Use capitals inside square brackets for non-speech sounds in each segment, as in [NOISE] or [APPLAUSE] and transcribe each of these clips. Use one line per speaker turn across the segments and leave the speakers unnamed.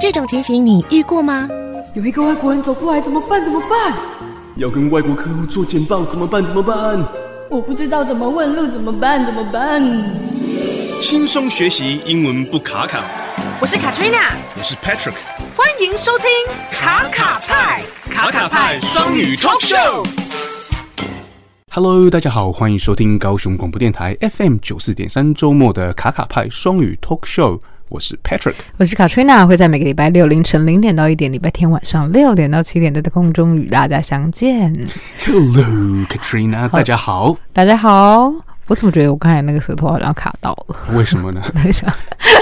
这种情形你遇过吗？
有一个外国人走过来，怎么办？怎么办？
要跟外国客户做简报怎么办？怎么办？
我不知道怎么问路，怎么办？怎么办？
轻松学习英文不卡卡。
我是 Katrina，
我是 Patrick，
欢迎收听卡卡派
卡卡派双语 talk show。
Hello，大家好，欢迎收听高雄广播电台 FM 九四点三周末的卡卡派双语 Talk Show，我是 Patrick。
我是 Katrina，会在每个礼拜六凌晨零点到一点，礼拜天晚上六点到七点在空中与大家相见。
Hello，Katrina，大家好。
大家好，我怎么觉得我刚才那个舌头好像卡到
[LAUGHS]
了？
为什么呢
等一下，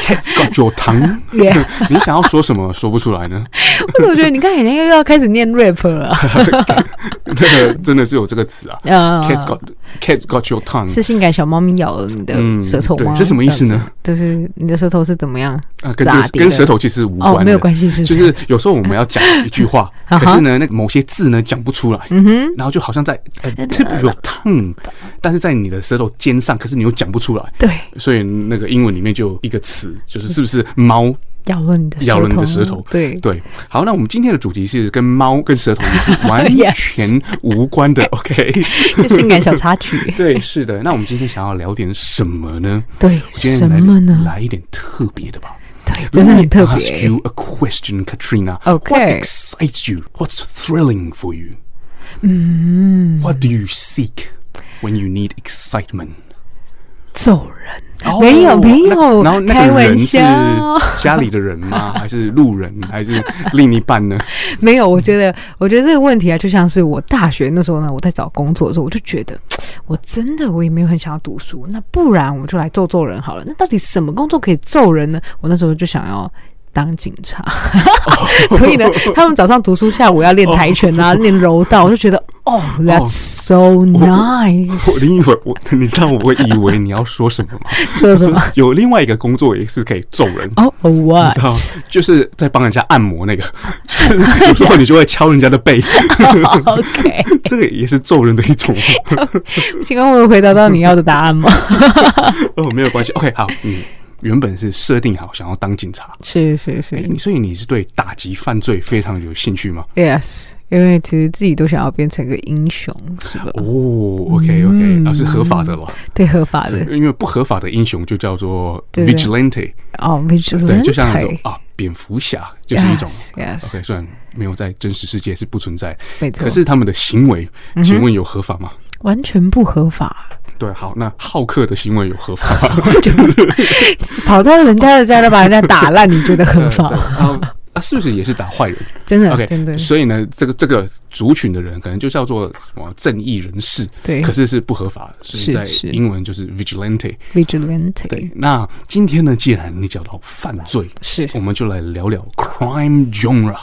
？Cat's got your tongue 。
Yeah
[LAUGHS] 你想要说什么说不出来呢？ [LAUGHS]
我怎么觉得你刚才好像又要开始念 rap 了啊？
那个真的是有这个词啊。
嗯
Cat's got Cat's got your tongue
是性感小猫咪咬了你的舌头
嗯
吗？
对这什么意思呢
这样子？就是你的舌头是怎么样？
啊，跟
咋
这
地的
跟舌头其实无关
哦，
的，
没有关系，是不？
就是是有时候我们要讲一句话，
[LAUGHS] 啊哈
可是呢，那个某些字呢讲不出来，
嗯哼，
然后就好像在呃 tip your tongue，但是在你的舌头尖上，可是你又讲不出来，
对，
所以那个英文里面就有一个词，就是是不是猫？
咬了你的舌头，
咬了你的舌头 [LAUGHS]
对，
对，好，那我们今天的主题是跟猫跟舌头也是完
[LAUGHS] Yes
全无关
[LAUGHS]
的，OK？，
就性感小插曲
对，是的。那我们今天想要聊点什么呢？
对，
[LAUGHS] 我今天
什
来
么呢？
来一点特别的吧。
对，真的很特
Let me Ask
别
you。a question, Katrina. What
Okay.
excites you? What's thrilling for you?
Mm.
What do you seek when you need excitement?
走人。
哦
没有没有
那然后那
开
个
玩
人是
笑
家里的人吗？还是路
[LAUGHS]
人？还是另一半呢？
没有，我觉得，我觉得这个问题啊，就像是我大学那时候呢，我在找工作的时候，我就觉得，我真的我也没有很想要读书，那不然我就来揍揍人好了。那到底什么工作可以揍人呢？我那时候就想要。当警察，所以呢，他们早上读书，下午要练跆拳啊，练柔道，我就觉 [LAUGHS] 得哦、t h a t s so
我
nice。
你以为我，你知道我以为你要说什么吗？
说什么？
有另外一个工作也是可以揍人。
哦、w h
你
a [LAUGHS]
知道
t，
就是在帮人家按摩那个，就是有时候你就会敲人家的
[LAUGHS]
背，
OK，
这个也是揍人的一种。
请问我有回答到你要的答案吗？
哦，没有关系。OK，好，你原本是设定好想要当警察，
[LAUGHS] 是是是
哎、你所以你是对打击犯罪非常有兴趣吗？
Yes，因为其实自己都想要变成个英雄，是吧？
哦，OK OK，那、是合法的了，
对，合法嗯的
因为不合法的英雄就叫做
对对
vigilante，
哦，vigilante，
对，就像那种啊，蝙蝠侠就是一种
Yes，yes
OK，虽然没有在真实世界是不存在，
没错嗯
可是他们的行为，请问有合法吗？
完全不合法，
对，好，那好客的行为有合法吗？
跑到人家的家里把人家打烂，你觉得合
[LAUGHS] 对，
法？
然后啊，是不是也是打坏人？[LAUGHS]
真的
OK，
真的
所以呢，这个这个族群的人可能就叫做什么正义人士，
对
可是是不合法的，所以
是
在
是
英文就是 vigilante。对
，vigilante，，
那今天呢，既然你讲到犯罪，
是
我们就来聊聊 crime genre，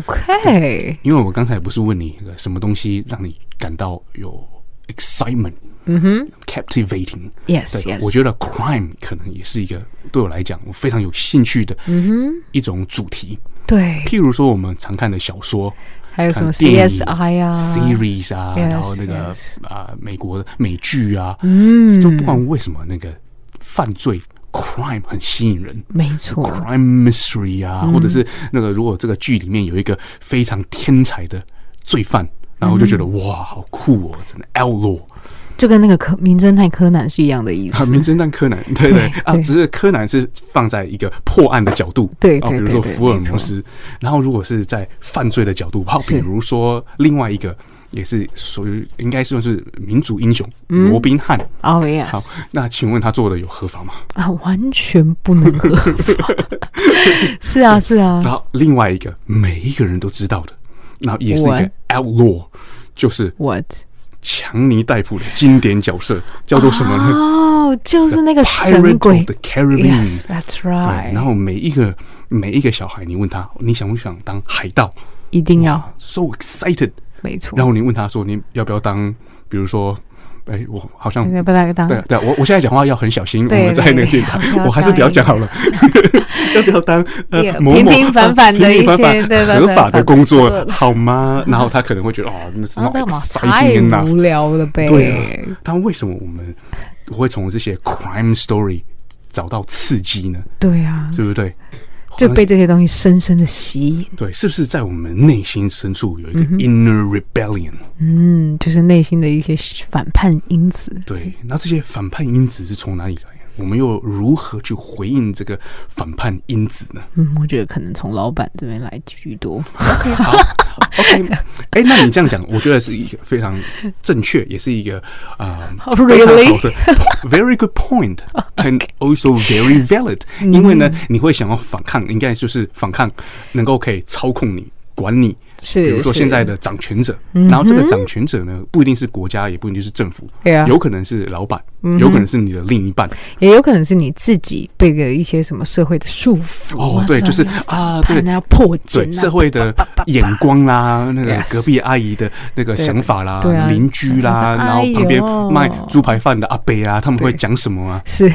OK，
因为我刚才不是问你呃什么东西让你感到有 excitement，嗯哼，captivating。对
Yes，Yes，
我觉得 crime 可能也是一个对我来讲我非常有兴趣的
嗯
一种主题。
对，
譬如说我们常看的小说，
还有什么
看电影
CSI 啊
series 啊，
Yes，
然后那个
yes
啊、美国的美剧啊，
嗯
就不管为什么那个犯罪 crime 很吸引人。
没错，
crime mystery
嗯
啊，或者是那个如果这个剧里面有一个非常天才的罪犯，然后我就觉得、
嗯
哇，好酷哦，真的 outlaw，
就跟那个柯名侦探柯南是一样的意
[LAUGHS] 啊，
思。
名侦探柯
[LAUGHS]
南，对对
对
啊，
对
只是柯南是放在一个破案的角度，
对
啊，比
对
如
对
说
对
福尔
没错
摩斯，然后如果是在犯罪的角度，好，比
是
如说另外一个也是属于应该算是民族英雄罗宾汉，
哦
好
Yes，，
那请问他做的有合法吗？
啊，完全不能合法。 [LAUGHS] 是啊，是啊
然，后另外一个每一个人都知道的，然后也是一个
我
outlaw，就是
What？
强尼戴普的经典角色，叫做什么呢？
哦，就是那个
Pirate
神鬼
of the Caribbean
Yes，that's
对，
right。
然后每一个每一个小孩，你问他你想不想当海盗
一定要，
？So excited！
没错。
然后你问他说你要不要当，比如说，哎，我好像
要不要当
对对，我我现在讲话要很小心，我
对
们在那个电台
对对，
我还是不要讲好了。 [LAUGHS] 要不要当呃
也
某某啊
平平凡凡的
平平凡
一些
凡
对对
合
对
法的
对
工作
对
好吗？然后他可能会觉得哦，那是
啊，
那
那嘛太
exciting enough
无聊了呗。
对啊，但为什么我们会从这些 crime story 找到刺激呢？
对啊，
对不对？
就被这些东西深深的吸引。
对，是不是在我们内心深处有一个 inner rebellion？、
嗯，就是内心的一些反叛因子。
对，那这些反叛因子是从哪里来？我们又如何去回应这个反叛因子呢
嗯，我觉得可能从老板这边来居多。
？OK，好
啊
，OK，哎、那你这样讲，我觉得是一个非常正确，也是一个啊、呃
Oh,
非常
[LAUGHS] really?
好的 very good
[LAUGHS]
point，and also very valid。因为
嗯
呢，你会想要反抗，应该就是反抗能够可以操控你、管你，
是
比如说
是嗯
现在的掌权者，然后这个掌权者呢，不一定是国家，也不一定是政府，
对啊
有可能是老板，
嗯
有可能是你的另一半。
也有可能是你自己被了一些什么社会的束缚啊
哦，对，
这
就是
种
啊，
反
对
叛，啊破茧
对
啊
社会的眼光啦，那个
Yes
隔壁阿姨的那个
对
想法啦
对啊，
邻居啦，
对
然后旁边
哎呦
卖猪排饭的阿伯啊，他们会
对
讲什
[LAUGHS]
么啊？
是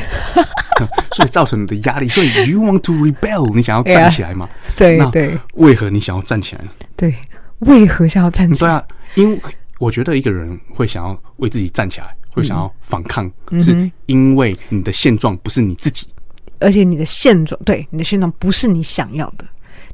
所以造成你的压力，
[LAUGHS]
所以 you want to rebel，你想要站
Yeah
起来嘛？
对
那
对
为何你想要站起来呢？
对，为何想要站起
对
来？
啊，因为我觉得一个人会想要为自己站起来，会想要反抗，
嗯
是因为你的现状不是你自己。
而且你的现状，对你的现状不是你想要的，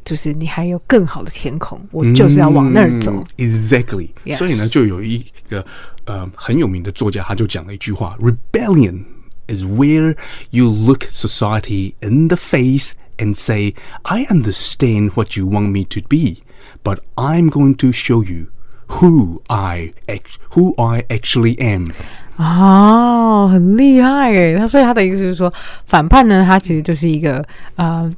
就是你还有更好的天空，我就是要往那儿走。
嗯 exactly，、
Yes
所以呢，就有一个呃很有名的作家，他就讲了一句话：“Rebellion is where you look society in the face and say, I understand what you want me to be, but I'm going to show you." Who I act, who I actually am，
哦，很厉害诶。他所以他的意思就是说，反叛呢，它其实就是一个呃，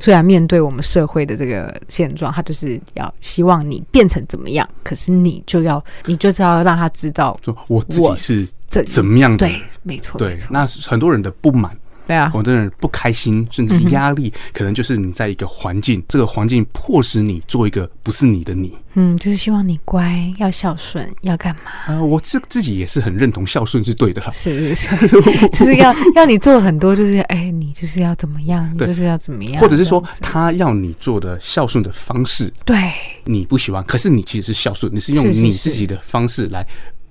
虽然面对我们社会的这个现状，他就是要希望你变成怎么样，可是你就要，你就是要让他知道
说我自己是
怎
怎么样的
对，没错，
对
没，错，
那很多人的不满，
对啊，
很多人哦不开心，甚
嗯
至压力，可能就是你在一个环境，这个环境迫使你做一个不是你的你。
嗯，就是希望你乖，要孝顺，要干
[LAUGHS]
嘛？
啊，我自自己也是很认同孝顺是对的啦。
是是 [LAUGHS] 是，就是要要你做很多，就是哎，你就是要怎么样，你
对
就是要怎么样，
或者是说
啊这样子
他要你做的孝顺的方式，
对，
你不喜欢，可是你其实是孝顺，你是用
是是
你
是
自己的方式来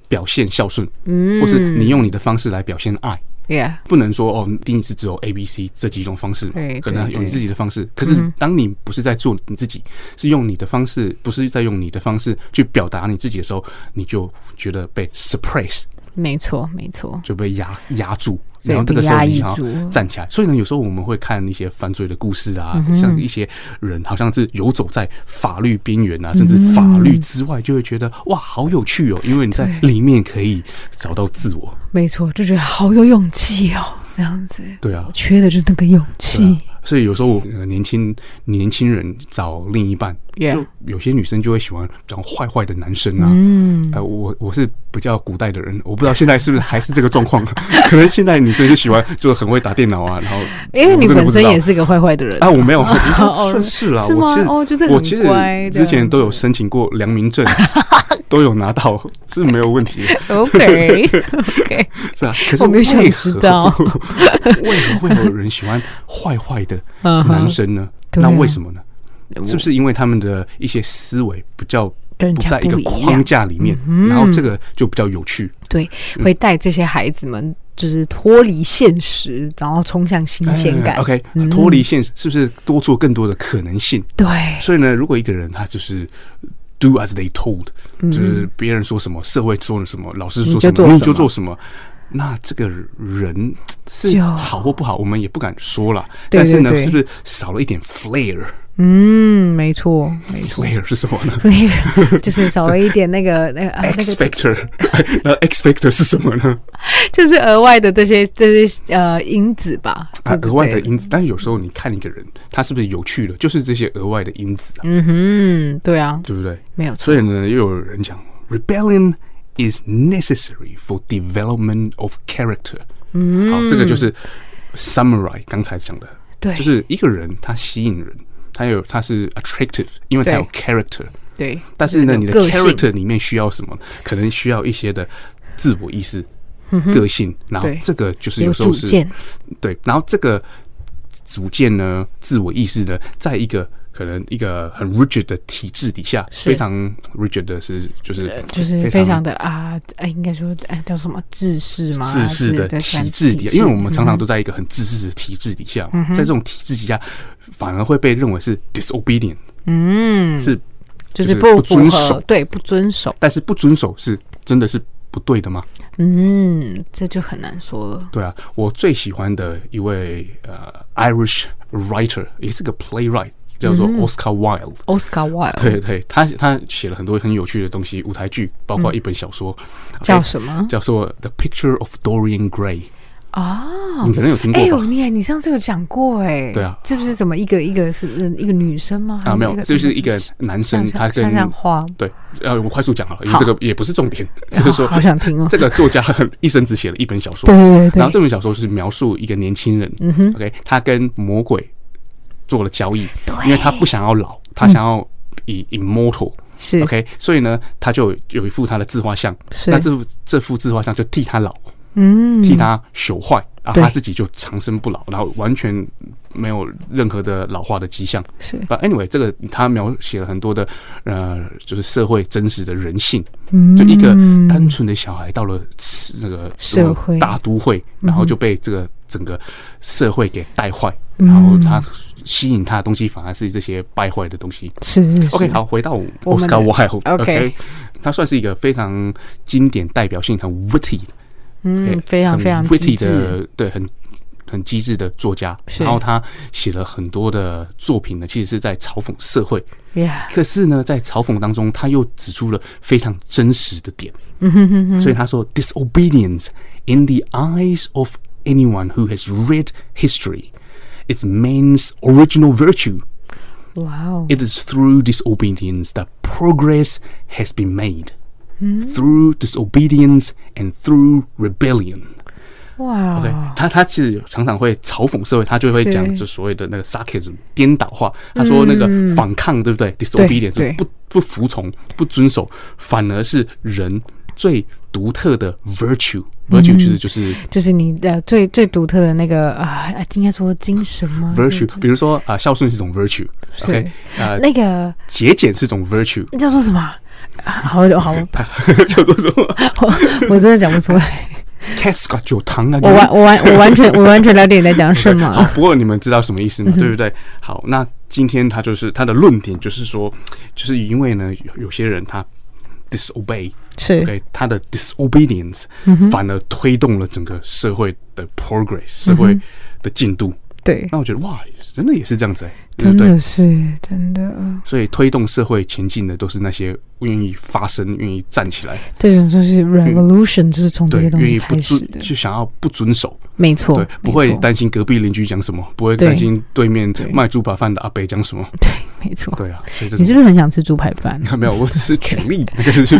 表现孝顺，
嗯，
或是你用你的方式来表现爱。
，yeah，
不能说哦，定义是只有 A、B、C 这几种方式嘛
对，
可能
对
有你
对嗯
自己的方式。可是当你不是在做你自己，是用你的方式，不是在用你的方式去表达你自己的时候，你就觉得被 suppress，
没错没错，
就被压压住，
对
然后这个时候
被压
你
抑
想要
住嗯
站起来。所以呢，有时候我们会看一些犯罪的故事啊，像一些人好像是游走在法律边缘
嗯
啊，甚至法律之外，就会觉得哇，好有趣哦，因为你在里面可以找到自我。
没错，就觉得好有勇气哦，这样子，
对啊，
缺的就是那个勇
对
气
啊，所以有时候我呃年轻年轻人找另一半
Yeah
就有些女生就会喜欢找坏坏的男生啊。
嗯，
呃，我我是比较古代的人，我不知道现在是不是还是这个状况。 [LAUGHS] 可能现在女生就喜欢就是很会打电脑啊，然后
因为你
我真的
本
不知
身
道
也是个坏坏的人
啊，我没有
哦
算是啦，
是吗
我其实
哦就是很
我其实
乖这
之前
样
都有
子
申请过良民
[LAUGHS]
证，都有拿到是没有问题的。 [LAUGHS]
，OK OK，
是啊，可是
我没有想
为何
知道
为何 [LAUGHS] 会有人喜欢坏坏的
嗯哼
男生呢？
对啊
那为什么呢？是不是因为他们的一些思维比较
跟人
不
家
在一个
不一样
框架嗯里面，
嗯
然后这个就比较有趣？
对，会带这些孩子们就是脱离现实，然后冲向新鲜感
嗯 OK，脱离现实是不是多出更多的可能性？
对，
所以呢，如果一个人他就是 do as they told，、就是别人说什么，社会说了什么，老师说什
嗯你就做
么，你
什
就
么
做什么。那这个人是
就
好或不好，我们也不敢说了。
对
但是呢，
对对
是不是少了一点 flair？flair
嗯，没错没错。
是什么呢
那个 [LAUGHS] 就是少了一点那
[LAUGHS]
个那个、啊、那
？X
个
factor，那 [LAUGHS] X factor 是什么呢？
就是额外的这些这些呃因子吧，
啊，
对
额
不
外的
对。
因子。但是有时候你看一个人，他是不是有趣了，就是这些额外的因子啊，
嗯哼，对啊，
对不对？
没有错。
所以呢，又有人讲，rebellion is necessary for development of character。嗯，好，这个就是 summarize 刚才讲的，
对
就是一个人他吸引人，他有他是 attractive，因为他
对
有 character。
对，
但是呢，
有
你的
个性
character 里面需要什么？可能需要一些的自我意识、个性，然后
嗯对
这个就是
有
有时候
主
是
见，
对，然后这个逐渐呢自我意识的，在一个可能一个很 rigid 的体制底下，
是
非
呃
常 rigid 的是就是
就是非常的啊，哎，应该说哎叫什么制式吗？
自式的体嗯制底下，因为我们常常都在一个很自式的体制底下嘛，在这种体制底下，反而会被认为是 disobedient，
嗯，
是
就是
就是
不
不
符
遵
合
守，
对，不遵守，
但是不遵守是真的是不对的吗？
嗯，这就很难说了。
对啊，我最喜欢的一位呃 Irish writer，也是个 playwright，叫做 Oscar Wilde。
Oscar Wilde
对对，他他写了很多很有趣的东西，舞台剧，包括一本小说，
嗯叫
哎
什么
叫做《The Picture of Dorian Gray》，
啊
哎你？可能有听
哎
过
呦，
吧？
你你上次有讲过哎，
对啊
这不是怎么一个一个是嗯一个女生吗？还
啊，没有
一，个
就是一个男生，
像
他跟
像像花
对，呃，我快速讲好了，因为
好
这个也不是重点， [LAUGHS] 就是说，
[LAUGHS] 好想听哦
这个作家一生只写了一本小说，
对对对对嗯
然后这本小说是描述一个年轻人、o k 他跟魔鬼做了交易，因为他不想要老，他想要以 immortal，
是
OK，所以呢，他就有有一幅他的自画像，
是
那这幅这幅自画像就替他老，
嗯
替他朽坏，然后
对
他自己就长生不老，然后完全没有任何的老化的迹象。
是
But anyway，这个他描写了很多的呃，就是社会真实的人性，
嗯
就一个单纯的小孩到了那个
社会嗯
大都会，然后就被这个整个社会给带坏，
嗯
然后他吸引他的东西反而是这些败坏的东西。
是是是
OK，好，回到
我们的
Oscar Wilde。
OK
他算是一个非常经典、代表性、很 witty，
嗯
OK，
非常
很
非常
witty
机智
的，对，很很机智的作家。
是
然后他写了很多的作品呢，其实是在嘲讽社会。
，Yeah，
可是呢，在嘲讽当中，他又指出了非常真实的点。
嗯
所以他说，disobedience in the eyes of anyone who has read history is man's original virtue。
哇哦，
It is through disobedience that progress has been made. Through disobedience and through rebellion.
哇
OK，、
哦，
他他其实常常会嘲讽社会，他就会
是嗯
讲就所谓的那个 sarcasm 颠倒化。他说那个反抗，对不对？disobedience
对对
就不不服从、不遵守，反而是人最独特的 virtue。virtue 其
嗯
实就是
就是你的最最独特的那个啊，啊应该说精神吗
virtue，
是
比如说啊、孝顺是一种 virtue。OK，呃，
那个
节俭是一种 virtue，
那叫做什么？啊好好，我
[LAUGHS] 叫做什么
[LAUGHS] 我我真的讲不出
[LAUGHS]
来，
c a t s got your tongue 啊，
我完我完我完全我完全了解你在讲什
[LAUGHS] 好
么。，
哦不过你们知道什么意思
嗯
吗？对不对？好，那今天他就是他的论点，就是说，就是因为呢，有有些人他 disobey，
是
对他的 disobedience，、反
嗯
而推动了整个社会的 progress，社会的进度。
对，
那我觉得哇，真的也是这样子、欸，对
嗯
不嗯
真
对
的？是真的，呃
所以推动社会前进的都是那些愿意发声、愿意站起来，
这种就是
嗯
revolution，就是从这
对
些，东
愿
西
意不
开始
遵，
的，
就想要不遵守。
没错
对，，不
没
会
错
担心隔壁邻居讲什么，不会
对
担心对面
对
卖猪扒饭的阿北讲什么。
对，没错。
对啊，所以这
你
种
是不是很想吃猪排饭？
[LAUGHS] 没有，我只是举
[LAUGHS]
例。就是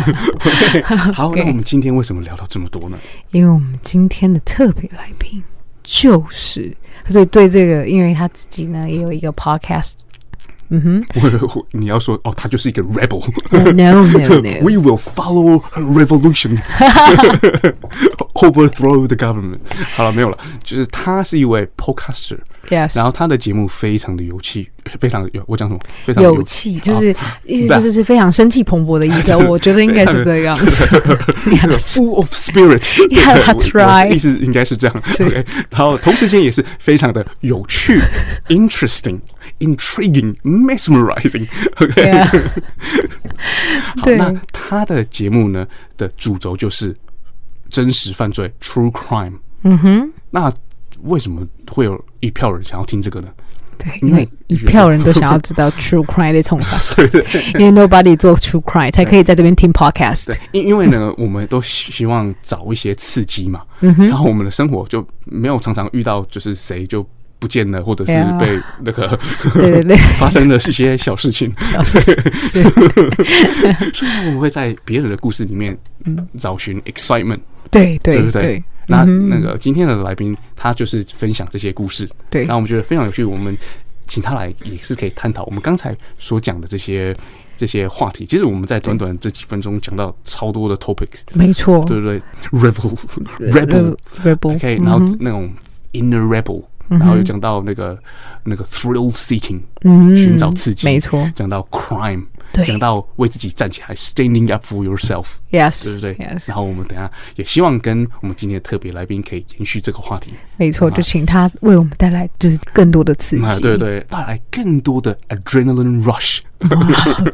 好，
OK
那我们今天为什么聊到这么多呢？
因为我们今天的特别来宾就是，对对，这个，因为他自己呢也有一个 podcast。嗯
[LAUGHS]
哼
我我你要说哦，他就是一个
[LAUGHS]
rebel。
，no no no no，
We will follow her
[LAUGHS]
revolution, overthrow the government。好 [LAUGHS] 了，没有了，就是他是一位 podcaster，
yes，
然后他的节目非常的有趣，非常的有我讲什么？非常的
有气，就是意思就是是非常生气蓬勃的意思，
[LAUGHS] 对
我觉得应该是这样 [LAUGHS]
[LAUGHS]
子。
那个 full of spirit，对
[LAUGHS] Yeah,
我
that's
我
right.
意思应该是这样。OK，然后同时间也是非常的有趣，interesting。Intriguing, mesmerizing. OK，、
Yeah
[LAUGHS] 好，
对
那他的节目呢的主轴就是真实犯罪 （True Crime）。嗯哼，那为什么会有一票人想要听这个呢？
对，因为一票人都想要知道 true crime 在冲啥，
[LAUGHS] 所以
因为 nobody 做 true crime 才可以在这边听 podcast
对。，因因为呢，我们都希希望找一些刺激嘛，
嗯
然后我们的生活就没有常常遇到就是谁就不见了，或者是
对啊
被那个
对对对，
[LAUGHS] 发生了一些小事情， [LAUGHS]
小事情是
所以呢我们会在别人的故事里面找寻 excitement，
对
对
对
不对
对？
那那个今天的来宾，他就是分享这些故事，
对
那我们觉得非常有趣，我们请他来也是可以探讨我们刚才所讲的这些这些话题。其实我们在短短这几分钟讲到超多的 topics，
没错
对不对？Rebel，Rebel，OK，、
，rebel，
然后那种 inner rebel，然后又讲到那个那个 thrill seeking，
嗯
寻找刺激，
没错
讲到 crime，
对
讲到为自己站起来，standing up for yourself，
，yes，
对不对
Yes，
然后我们等一下也希望跟我们今天的特别来宾可以延续这个话题，
没错，
那
就请他为我们带来就是更多的刺
啊，
激。
对对，带来更多的 adrenaline rush。 [LAUGHS]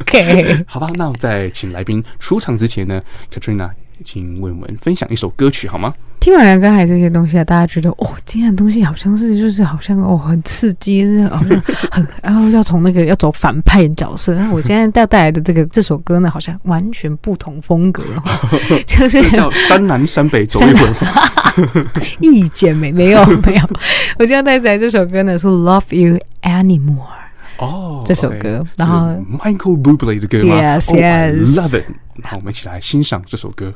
，OK，
好吧，那我在请来宾出场之前呢，Katrina，请为我们分享一首歌曲好
[LAUGHS]
吗？
听完了刚才这些东西啊，大家觉得哦，今天的东西好像是就是好像哦很刺激，是好像很然后要从那个要走反派角色。那我现在要带来的这个这首歌呢，好像完全不同风格哦，
[LAUGHS]
就是
这叫山南山北走一
[LAUGHS]
回，
意见没没有没有。我今天要带来这首歌呢是《Love You Anymore》。
哦，
这首
OK，
歌
是
然后
Michael Bublé 的歌吗
Yes,
Oh, I
yes
love it。好，我们一起来欣赏这首歌。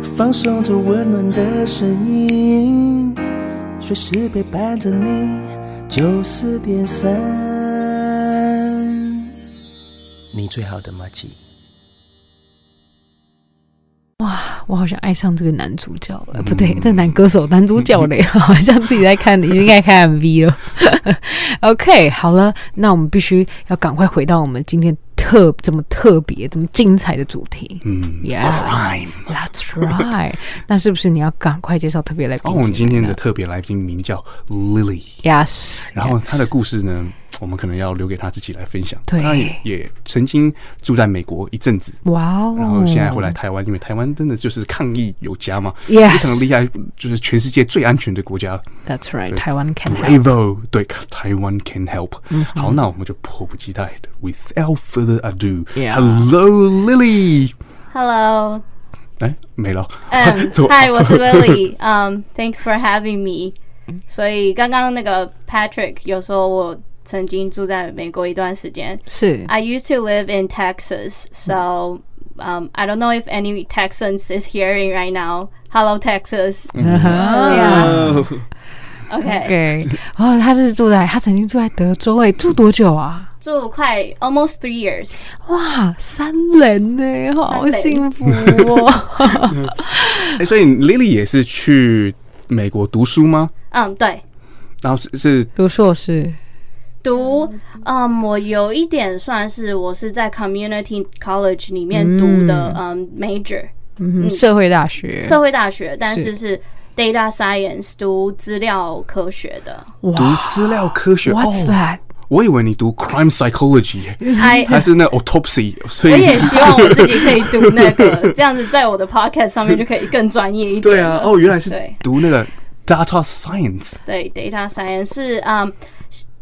放松着温暖的声音，随时陪伴着你。九四点三，你最好的马吉。
我好像爱上这个男主角了，
嗯
不对，这男歌手、男主
[LAUGHS]
角嘞，好像自己在看，已经在看 MV 了。OK，好了，那我们必须要赶快回到我们今天特这么特别、这么精彩的主题。
嗯
Yeah，that's
，Crime。 [LAUGHS]
right。那是不是你要赶快介绍特别来宾
哦，
进来呢？
我们今天的特别来宾名叫 Lily，
Yes，
然后
yes
她的故事呢，我们可能要留给她自己来分享。
对
她也也曾经住在美国一阵子，
哇哦，
然后现在回来台湾，因为台湾真的就是抗疫有加嘛
Yes
非常厉害，就是全世界最安全的国家。
，That's right，
对
台湾 can help。
Bravo，对，台湾 can help。好，
嗯
那我们就迫不及待的，without further
Yeah
ado，Hello Lily，
Hello.
哎，没
[LAUGHS]
了
[LAUGHS] Um,
走
hi, 我是 Lily. [LAUGHS] Um, thanks for having me. 所以刚刚那个 Patrick 有说我曾经住在美国一段时间。
是
I used to live in Texas, so um, I don't know if any Texans is hearing right now. Hello, Texas.
嗯哼
Oh, Yeah. [LAUGHS] Okay.
OK，
[LAUGHS]
哦，他是住在，他曾经住在德州，哎，住多久啊？
住快 almost three years.
哇，三人呢，好
人
幸福
[LAUGHS]
哦！
哎，所以 Lily 也是去美国读书吗？
嗯，对。
然后是是
读硕士，
读，嗯，我有一点算是我是在 community college 里面读的，嗯，major
嗯，社会大学，
社会大学，但是是 data science 读资料科学的。
读资料科学
What's
哦，
that？
我以为你读 crime psychology，耶
嗯
I [LAUGHS]
还是那 autopsy，所
我
以
也希望我自己可以读那
[LAUGHS]
个，这样子在我的 podcast 上面就可以更专业一点
对
了。
啊，哦，原来是
对
读那个 data science，
对 data science 是嗯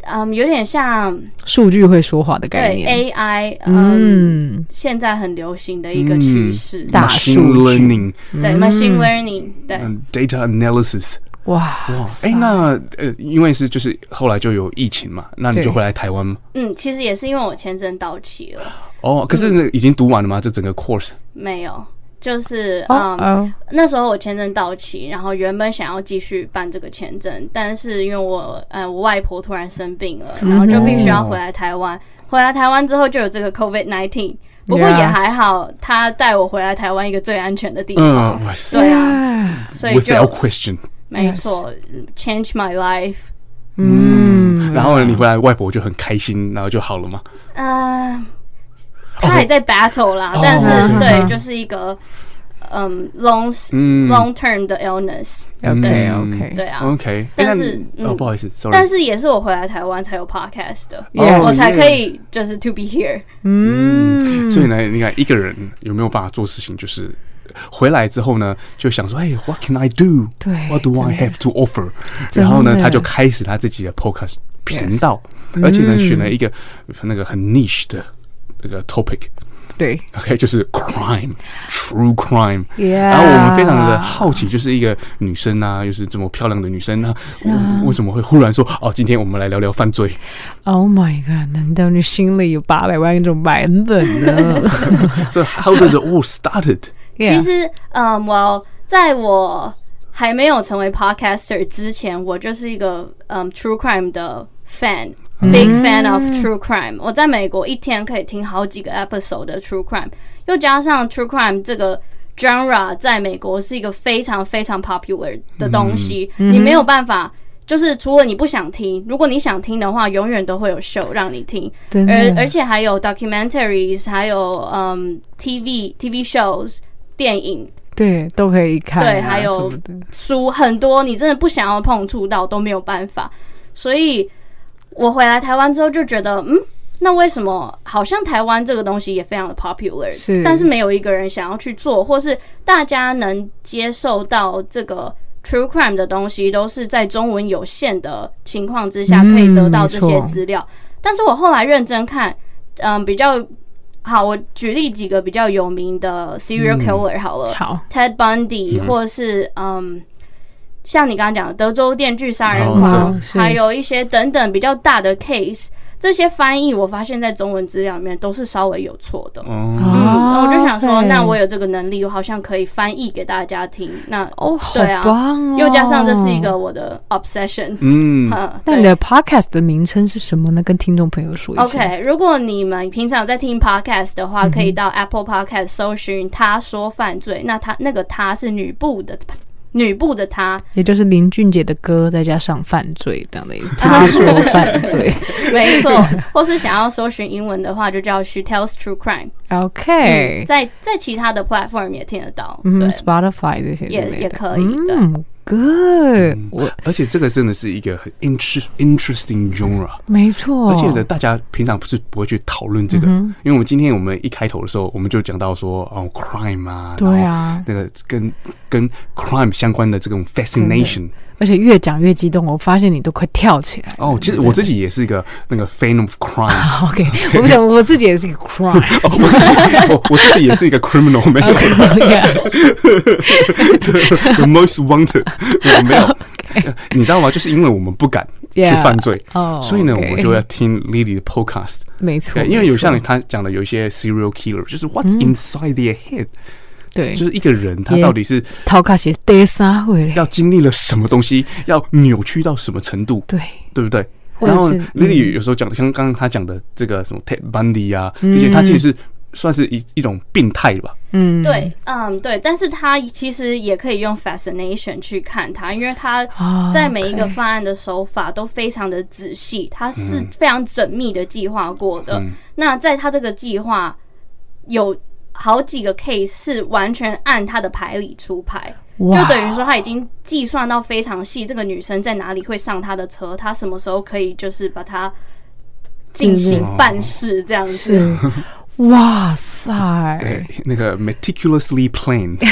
嗯有点像
数据会说话的概
对哎
念，
AI 嗯
嗯，
现在很流行的一个趋势，
大嗯
machine
数据
learning，
对 machine learning 对。
嗯，data analysis。
哇
嗯
哇，哎，那呃，因为是就是后来就有疫情嘛，那你
对
就回来台湾嘛。
嗯，其实也是因为我签证到期了，
哦，可是那个已经读完了吗？这整个 course
没有，就是
哦
嗯
哦，
那时候我签证到期，然后原本想要继续办这个签证，但是因为我呃我外婆突然生病了，然后就必须要回来台湾。回来台湾之后就有这个 COVID nineteen，不过也
Yes
还好，他带我回来台湾一个最安全的地方
嗯，哇塞
对啊，
啊，
所以就
，without question。
没错，change my life。
嗯，
然后呢，你回来外婆就很开心，然后就好了嘛。
呃，他还在 battle 啦，
哦
但是、
嗯
对，就是一个嗯 long
嗯
long term 的 illness，
OK OK，
嗯对啊。
OK，哎
但
那
是
你
嗯
哦，不好意思，sorry。
但是也是我回来台湾才有 podcast 的
Yes
我才可以就是 to be here。
嗯，
所以呢，你看一个人有没有办法做事情，就是呃回来之后呢，就想说，哎，What can I do？
对
，What do I
真的
have to offer？
真的
然后呢，他就开始他自己的 podcast 频道，而且呢，选了一个
嗯
那个很 niche 的那个 topic。
对
OK，就是 crime true crime。
Yeah
然后我们非常的好奇，就是一个女生啊，又是这么漂亮的女生啊，为什么会忽然说哦，今天我们来聊聊犯罪？
，Oh my god，难道你心里有八百万种版本呢？
所以 how did it all
[LAUGHS]
started？
[LAUGHS] 其实，嗯，我在我还没有成为 podcaster 之前，我就是一个嗯 true crime 的 fan。Big fan of true crime，、我在美国一天可以听好几个 episode 的 true crime，又加上 true crime 这个 genre 在美国是一个非常非常 popular 的东西，你没有办法就是除了你不想听，如果你想听的话，永远都会有 show 让你听，
真
而
的
而且还有 documentaries，还有嗯 TV TV shows 电影
对都可以看啊，
对还有
什么的
书很多，你真的不想要碰触到都没有办法。所以我回来台湾之后就觉得，嗯，那为什么好像台湾这个东西也非常的 popular，
是
但是没有一个人想要去做，或是大家能接受到这个 true crime 的东西，都是在中文有限的情况之下
嗯
可以得到这
没
些
错
资料。但是我后来认真看，嗯，比较好，我举例几个比较有名的 serial
嗯
killer 好了，
好
Ted Bundy，、
嗯
或者是嗯，像你刚刚讲的德州电锯杀人
哦
狂，
对是
还有一些等等比较大的 case，这些翻译我发现在中文资料里面都是稍微有错的。
哦，
嗯，
啊，
我就想说，
对
那我有这个能力，我好像可以翻译给大家听。那
哦，好
对啊
棒哦，
又加上这是一个我的 obsession，s
嗯，
那你的 podcast 的名称是什么呢？跟听众朋友说一下。
OK，如果你们平常有在听 podcast 的话，可以到 Apple Podcast 搜寻“他说犯罪”，那他那个“他”是女部的女部的“他”，
也就是林俊杰的歌，再加上犯罪这样的意思。
[LAUGHS]
他说犯罪
没错，或是想要搜寻英文的话，就叫 She Tells True Crime。嗯
，OK，
在在其他的 platform 也听得到，对
哎嗯，，Spotify 这些之
也
类的
也可以
嗯，Good，我
而且这个真的是一个很 inter interesting genre。
没错，
而且呢，大家平常不是不会去讨论这个，
嗯
因为我们今天我们一开头的时候，我们就讲到说，哦，crime 啊，
对啊
然后那个跟跟 crime 相关的这种 fascination，
而且越讲越激动，我发现你都快跳起来。
哦，其实我自己也是一个那个 fan of crime，
[LAUGHS] OK，我
[LAUGHS]
不讲，我自己也是一个 crime，
哦，我自己我我自己也是一个 criminal，没有
[LAUGHS]
[LAUGHS] the most wanted，我没有。呃你知道吗？就是因为我们不敢去
Yeah
犯罪
哦
所以呢
OK
我就要听 Lily 的 podcast。
没错，
对因为有
没错嗯
像他讲的，有一些 serial killer，就是 what's inside their head，、
对，
就是一个人他
也
到底是
逃卡鞋得杀回来，
要经历了什么东西，要扭曲到什么程度，
对，
对不对？
或者
然后
是嗯
Lily 有时候讲，像刚刚他讲的这个什么 Ted Bundy 啊，这些，他其实是算是一一种病态吧。
嗯，
对，嗯，对，但是他其实也可以用 fascination 去看它，因为他
啊
在每一个
OK
方案的手法都非常的仔细，它是非常缜密的计划过的。那在他这个计划有好几个 case 是完全按他的牌理出牌，就
哇
等于说他已经计算到非常细，这个女生在哪里会上他的车，他什么时候可以就是把她进行办事这样
[LAUGHS]
子。
是，哇塞
对，， [LAUGHS] 那个 meticulously
[LAUGHS]
planned
对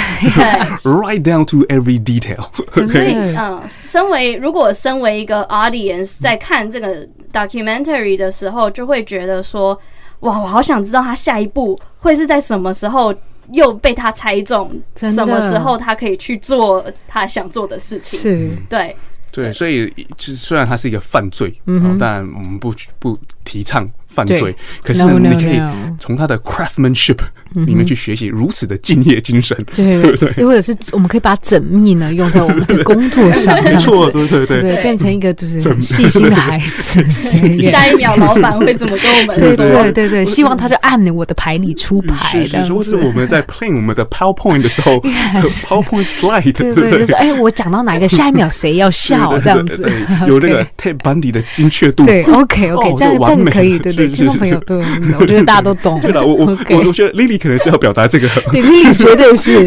right down to every detail。
真
所以，
的，
嗯，身为如果身为一个
嗯
audience 在看这个 documentary 的时候，就会觉得说，哇，我好想知道他下一步会是在什么时候又被他猜中，
真的
什么时候他可以去做他想做的事情。
是
对，
对，所以其实虽然它是一个犯罪，嗯，当然我们不不提倡犯罪
对，
可是
No, no,
你可以
no 嗯
从他的 craftsmanship 里面去学习如此的敬业精神，
对，
对不对？
又或者是我们可以把缜密呢用在我们的工作上， [LAUGHS] 这
没
样子
错，对对
对
对，
对，变成一个就是
缜密
很细心的孩子。对
下一秒老板会怎么跟
[LAUGHS]
我们
对
说？
对对对，希望他就按我的牌里出牌
是
的
是，。或是我们在 playing 我们的 PowerPoint 的时
[LAUGHS]
候
Yes
，PowerPoint slide，
对
不
对，就是哎，我讲到哪一个，下一秒谁要笑
对
这样子
对对对，有那个
OK
Ted Bundy 的精确度，
对，OK
哦
OK，
就
这样这
完
样
美
可以，对对，
是
听众
是
朋友对，我觉得大家都
[LAUGHS]
懂。
对了，我我
OK
我我觉得 Lily 可能是要表达这个，
对，丽丽绝对是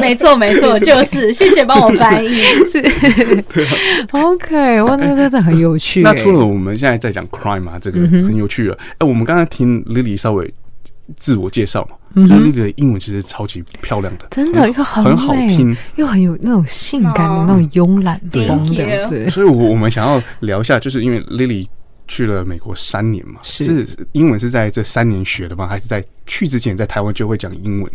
没错没错，就是谢谢帮我
[LAUGHS]
翻译。
是，OK，哇，那真的很有趣欸。
那除了我们现在在讲 crime 啊，这
嗯
个很有趣了。哎、我们刚才听 Lily 稍微自我介绍嘛，就是 Lily 的英文其实超级漂亮的，
嗯真的一个
很
美
好听。，
又很有那种性感的
哦
那种慵懒
对
风
Thank
这样
you
[LAUGHS]
子。
所以我，我们想要聊一下，就是因为 Lily 去了美国三年嘛，
是
英文是在这三年学的吗？还是在去之前在台湾就会讲英文？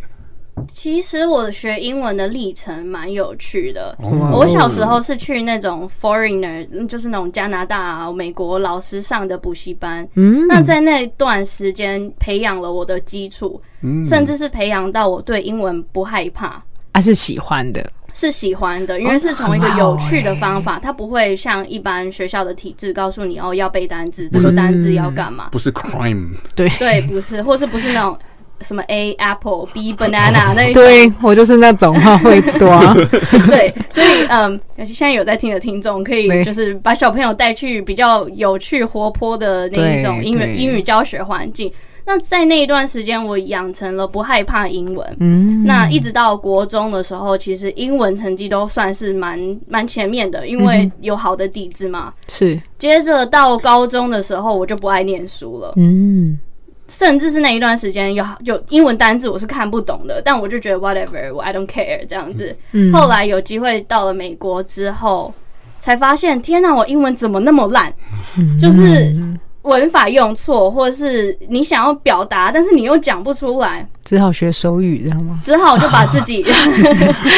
其实我学英文的历程蛮有趣的。
哇
我小时候是去那种 foreigner，嗯就是那种加拿大、啊、美国老师上的补习班。
嗯，
那在那段时间培养了我的基础，
嗯
甚至是培养到我对英文不害怕，
还啊是喜欢的，
是喜欢的，因为是从一个有趣的方
哦欸
法，它不会像一般学校的体制告诉你哦要背单词，这个单词要干嘛。
不是 crime，
对
对，不是，或是不是那种什么 A apple B banana 那一种
对我就是那种话会
[LAUGHS]
多。 [LAUGHS]
对，所以嗯，尤其现在有在听的听众，可
对
以就是把小朋友带去比较有趣、活泼的那一种
对
英
对
语英语教学环境。那在那一段时间，我养成了不害怕英文。
嗯，
那一直到国中的时候，其实英文成绩都算是蛮蛮前面的，因
嗯
为有好的底子嘛。
是，
接着到高中的时候，我就不爱念书了，
嗯，
甚至是那一段时间有有英文单字我是看不懂的，但我就觉得 whatever，我 I don't care 这样子。
嗯
后来有机会到了美国之后，才发现天哪，我英文怎么那么烂？就是
嗯
文法用错，或者是你想要表达，但是你又讲不出来，
只好学手语，知道吗？
只好就把自己。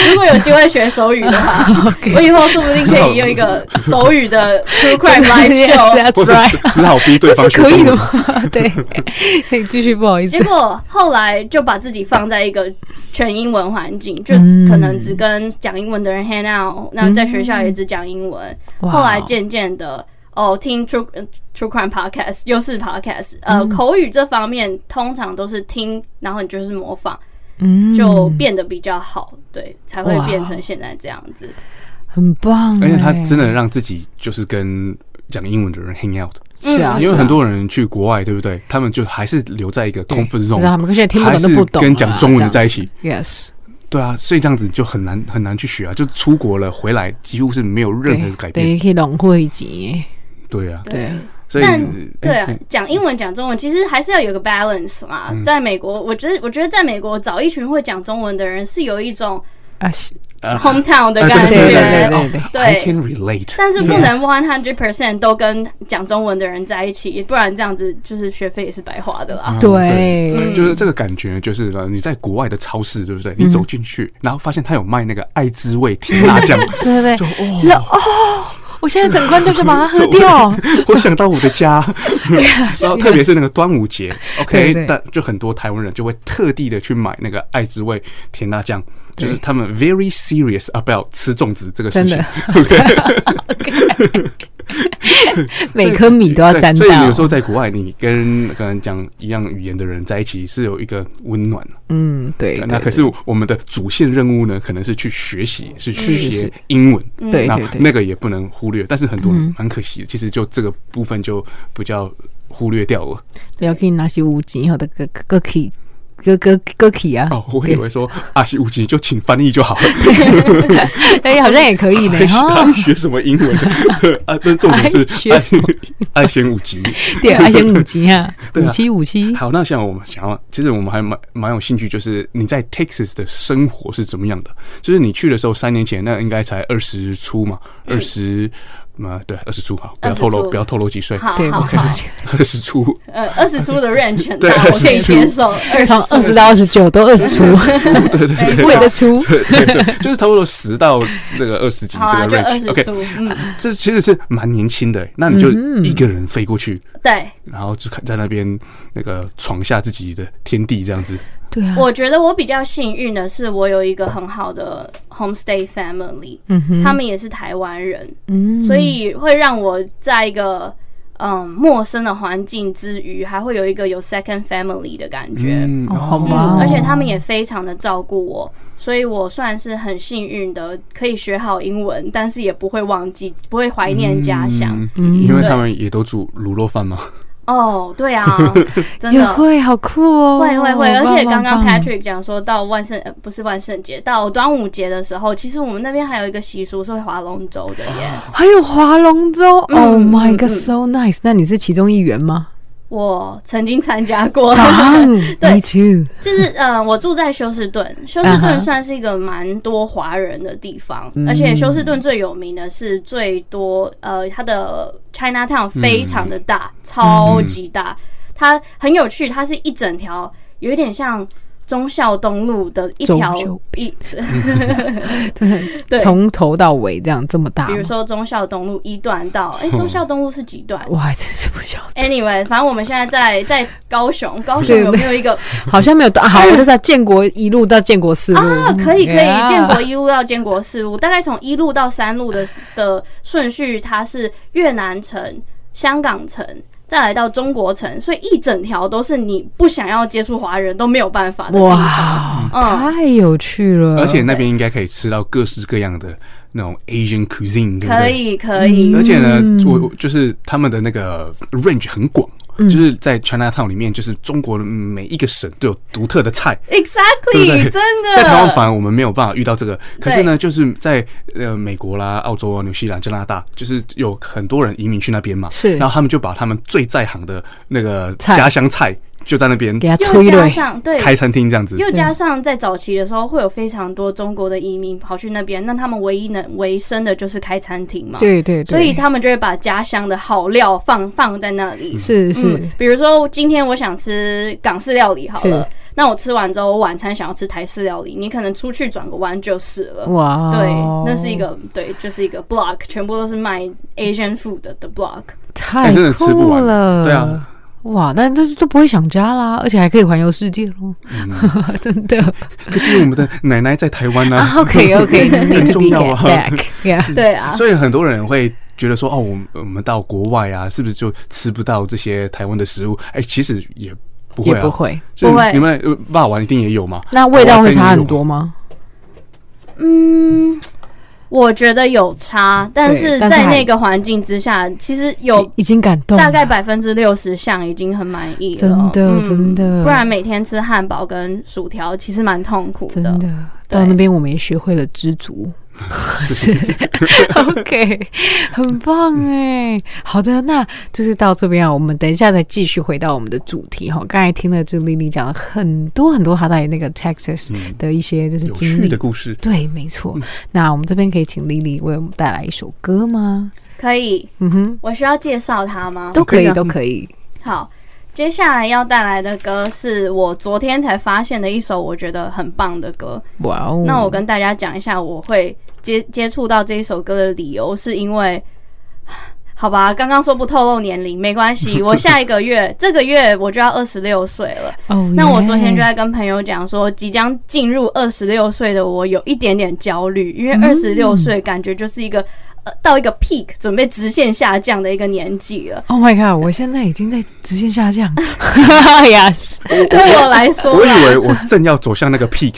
如果有机会学手语的话，我以后说不定可以用一个手语的 True Crime
[LAUGHS]
Live
也
Show。
是
或者 [LAUGHS]
try，
只好逼对
[LAUGHS] 这
方
是
学
可以
中
的
文。
吗？对， [LAUGHS] 继续，不好意思
结，果后来就把自己放在一个全英文环境，就
嗯
可能只跟讲英文的人 hang out，那在学校也只讲英文。
哇
后来渐渐的，哦，听 true 呃 true crime podcast 又是 podcast，呃，
嗯
口语这方面通常都是听，然后你就是模仿，
嗯
就变得比较好，对，才会
哇
变成现在这样子。
很棒欸，
而且他
嗯
真的让自己就是跟讲英文的人 hang out，
是啊，
因
是
为
啊
很多人去国外，对不对？他们就还是留在一个 comfort
不知道他
zone，
们现在听不懂
还
都
是
不懂啊，
跟讲中文的在一起。
这样子。Yes，
对啊，所以这样子就很难很难去学啊，就出国了回来几乎是没有任何改
对，
变。
可以融会一集。
对啊，
对，
所以
但
哎
对啊，讲英文讲中文其实还是要有个 balance 嘛。
嗯
在美国，我觉得我觉得在美国找一群会讲中文的人是有一种
啊，是
[LAUGHS] hometown 的
啊
感
对对
觉，
对对
对
哦 I can relate。
但是不能 one hundred percent 都跟讲中文的人在一起，不然这样子就是学费也是白花的啦。
嗯
对嗯
对就是这个感觉，就是呃你在国外的超市，对不对？你走进去，然后发现他有卖那个爱滋味甜辣酱，
对对
就
对，
哦，
就是哦，我现在整罐就想把它喝掉。
我想到我的家，然后特别是那个端午节
对
，OK，
对
但就很多台湾人就会特地的去买那个爱滋味甜辣酱，就是他们 very serious about 吃粽子这个事
真
情
的，
[LAUGHS] 对，
[LAUGHS] 每颗米都要沾
对所以你有时
到。
候在国外，你跟可能讲一样语言的人在一起是有一个温暖。
嗯，对，
那
对
可是我们的主线任务呢，可能是去学习，是去学英文。
对
那
对对，嗯
那个也不能忽略，但是很多蛮可惜的，其实就这个部分就比较忽略掉了。
不要给你拿些五金或者个个 key 个个个 key 啊，
哦，我以为说阿西乌吉就请翻译就好了，
哎，好像也可以呢
还。
哈
还学什么英文？ [LAUGHS] 啊，但重点
还
是
学
爱
什么
爱贤五级。
对，而且五级啊，
对啊
五七五七，
好，那像我们想要，其实我们还蛮蛮有兴趣，就是你在 Texas 的生活是怎么样的？就是你去的时候，三年前那应该才二十出嘛，二十嘛，对，二十出好，不要透露，
20出
不要透露几岁，
好
对，
好
我
好，
二十出。 [LAUGHS]
呃，二十出的 range 很
对
大，我可以
20
接受。二
从二 [LAUGHS] 十到二十九都二十出，
对对对，
为了出，
对对对，就是差不多十到那个二十几
好啊，
这
就
个
二
range。
十
OK，
出，嗯，
这其实是蛮年轻的欸，那你就
嗯
一个人飞过去，
对，
然后就看在那边那个闯下自己的天地这样子。
对啊，
我觉得我比较幸运的是，我有一个很好的 homestay family，
嗯哼，
他们也是台湾人，
嗯
所以会让我在一个嗯陌生的环境之余，还会有一个有 second family 的感觉。
嗯，
哦好吧
嗯，，而且他们也非常的照顾我，所以我算是很幸运的，可以学好英文，但是也不会忘记，不会怀念家乡。
嗯，因为他们也都煮卤肉饭嘛。
哦，
[LAUGHS]
对啊，真
也
的。
会好酷哦，
会会会，而
棒
且刚刚
棒棒
Patrick 讲说到万圣，呃不是万圣节，到端午节的时候，其实我们那边还有一个习俗是会划龙舟的耶。
还有划龙舟
嗯
，Oh my
嗯
god
嗯
so nice，那你是其中一员吗？
我曾经参加 [LAUGHS] 过，
啊
对
，Me too，
就是呃，我住在休斯顿，休
嗯
斯顿算是一个蛮多华人的地方而
嗯
且休斯顿最有名的是最多呃，它的 Chinatown
嗯
非常的大，超级大，它很有趣，它是一整条，有一点像忠孝东路的一条
忠孝
一，
对，
对
从头到尾这样这么大吗，
比如说忠孝东路一段到，哎、忠孝东路是几段？
我还真是不晓得，
Anyway，反正我们现在在在高雄，高雄有没有一个
好像没有到啊。好，我就知道建国一路到建国四路
啊，可以可以，
Yeah
建国一路到建国四路，大概从一路到三路的的顺序，它是越南城、香港城、再来到中国城，所以一整条都是你不想要接触华人都没有办法的地方。
哇，
嗯，
太有趣了！
而且那边应该可以吃到各式各样的那种 Asian cuisine，对不对？
可以可以，
而且呢，我我就是他们的那个 range 很广，就是在 Chinatown 里面，就是中国的每一个省都有独特的菜。对不
exactly，
对？
真的。
在台湾反而我们没有办法遇到这个，可是呢，就是在呃美国啦、澳洲啊、纽西兰、加拿大，就是有很多人移民去那边嘛，
是
然后他们就把他们最在行的那个
菜
家乡菜就在那边
给他
又
催
加
泪，
上对，
开餐厅这样子，
又加上在早期的时候，会有非常多中国的移民跑去那边，那他们唯一能维生的就是开餐厅嘛。
对对对，
所以他们就会把家乡的好料放放在那里。
是是、
嗯，比如说今天我想吃港式料理好
是
了，那我吃完之后，我晚餐想要吃台式料理，你可能出去转个弯就是了。
哇，
嗯对，那是一个对，就是一个 block，全部都是卖 Asian food 的的 block。
太
哎真的吃不
酷
完
了，
对啊。
哇，那这都不会想家啦，而且还可以环游世界喽，
嗯
[LAUGHS] 真的。
可是因为我们的奶奶在台湾呢、
啊，OK
[LAUGHS]
OK，
很
need to
重
be
要
get
啊
back，yeah，
对啊，
所以很多人会觉得说，哦，我们我们到国外啊，是不是就吃不到这些台湾的食物？哎、其实也不会
也
啊，
不会。
就
不会
你们呃霸王一定也有嘛？
那味道会差很多吗？
嗯，我觉得有差，但是
但是
在
还
那个环境之下，其实有
已经感动了，
大概百分之六十项已经很满意了，
真的
嗯
真的
不然每天吃汉堡跟薯条其实蛮痛苦
真
的。
的。
对
到那边我们也学会了知
[LAUGHS]
足。是，OK，很棒哎。好的，那就是到这边啊，我们等一下再继续回到我们的主题哈。刚才听了就丽丽讲了很多很多她在那个 Texas 的一些就是
嗯有
经
趣
历
的故嗯事。
对，没错。那我们这边可以请 Lily 为我们带来一首歌吗？
可以，
嗯哼，
我需要介绍它吗？
都可
可以
以，
啊
都可以。
好，接下来要带来的歌是我昨天才发现的一首我觉得很棒的歌。
哇
嗯
哦！
那我跟大家讲一下，我会接接触到这一首歌的理由，是因为。 [SIGHS] 好吧，刚刚说不透露年龄没
[LAUGHS]
关系，我下一个月这个月我就要二十六岁了，
哦，
那我昨天就
耶
在跟朋友讲说，即将进入二十六岁的我有一点点焦虑，因
嗯
为二十六岁感觉就是一个、呃、到一个 peak，准备直线下降的一个年纪了。
Oh my god！我现在已经在直线下
[LAUGHS]
降。yes。
对我来说
我
啦，
以为我正要走向那个 peak，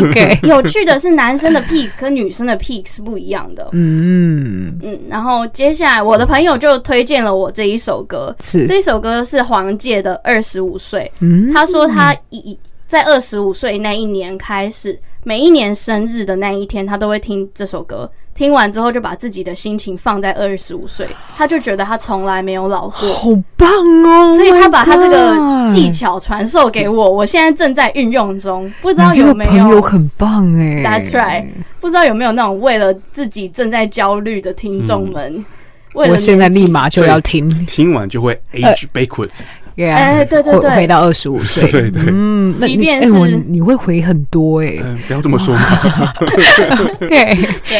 OK。
有趣的是男生的 peak 跟女生的 peak 是不一样的。
嗯，
[LAUGHS] 嗯，然后接下来我的朋友就推荐了我这一首歌，
是
这一首歌是黄玠的《二十五岁》。
嗯，
他说他以在二十五岁那一年开始，每一年生日的那一天，他都会听这首歌。听完之后，就把自己的心情放在二十五岁，他就觉得他从来没有老过，
好棒哦！
所以他把他这个
my
技
Oh god
巧传授给我，我现在正在运用中，不知道
你这
有
个
没
朋友
有。
很棒哎。
That's right，不知道有没有那种为了自己正在焦虑的听众们，为
嗯
了
我现在
年纪
立马就要听。
听完就会 age backwards。
Yeah
哎对对
回
对
回到二十五岁。
[LAUGHS] 对对
嗯，那
即
你
便
哎我
是
你会回很多哎。
嗯、不要这么说嘛。
OK，
[LAUGHS] 对。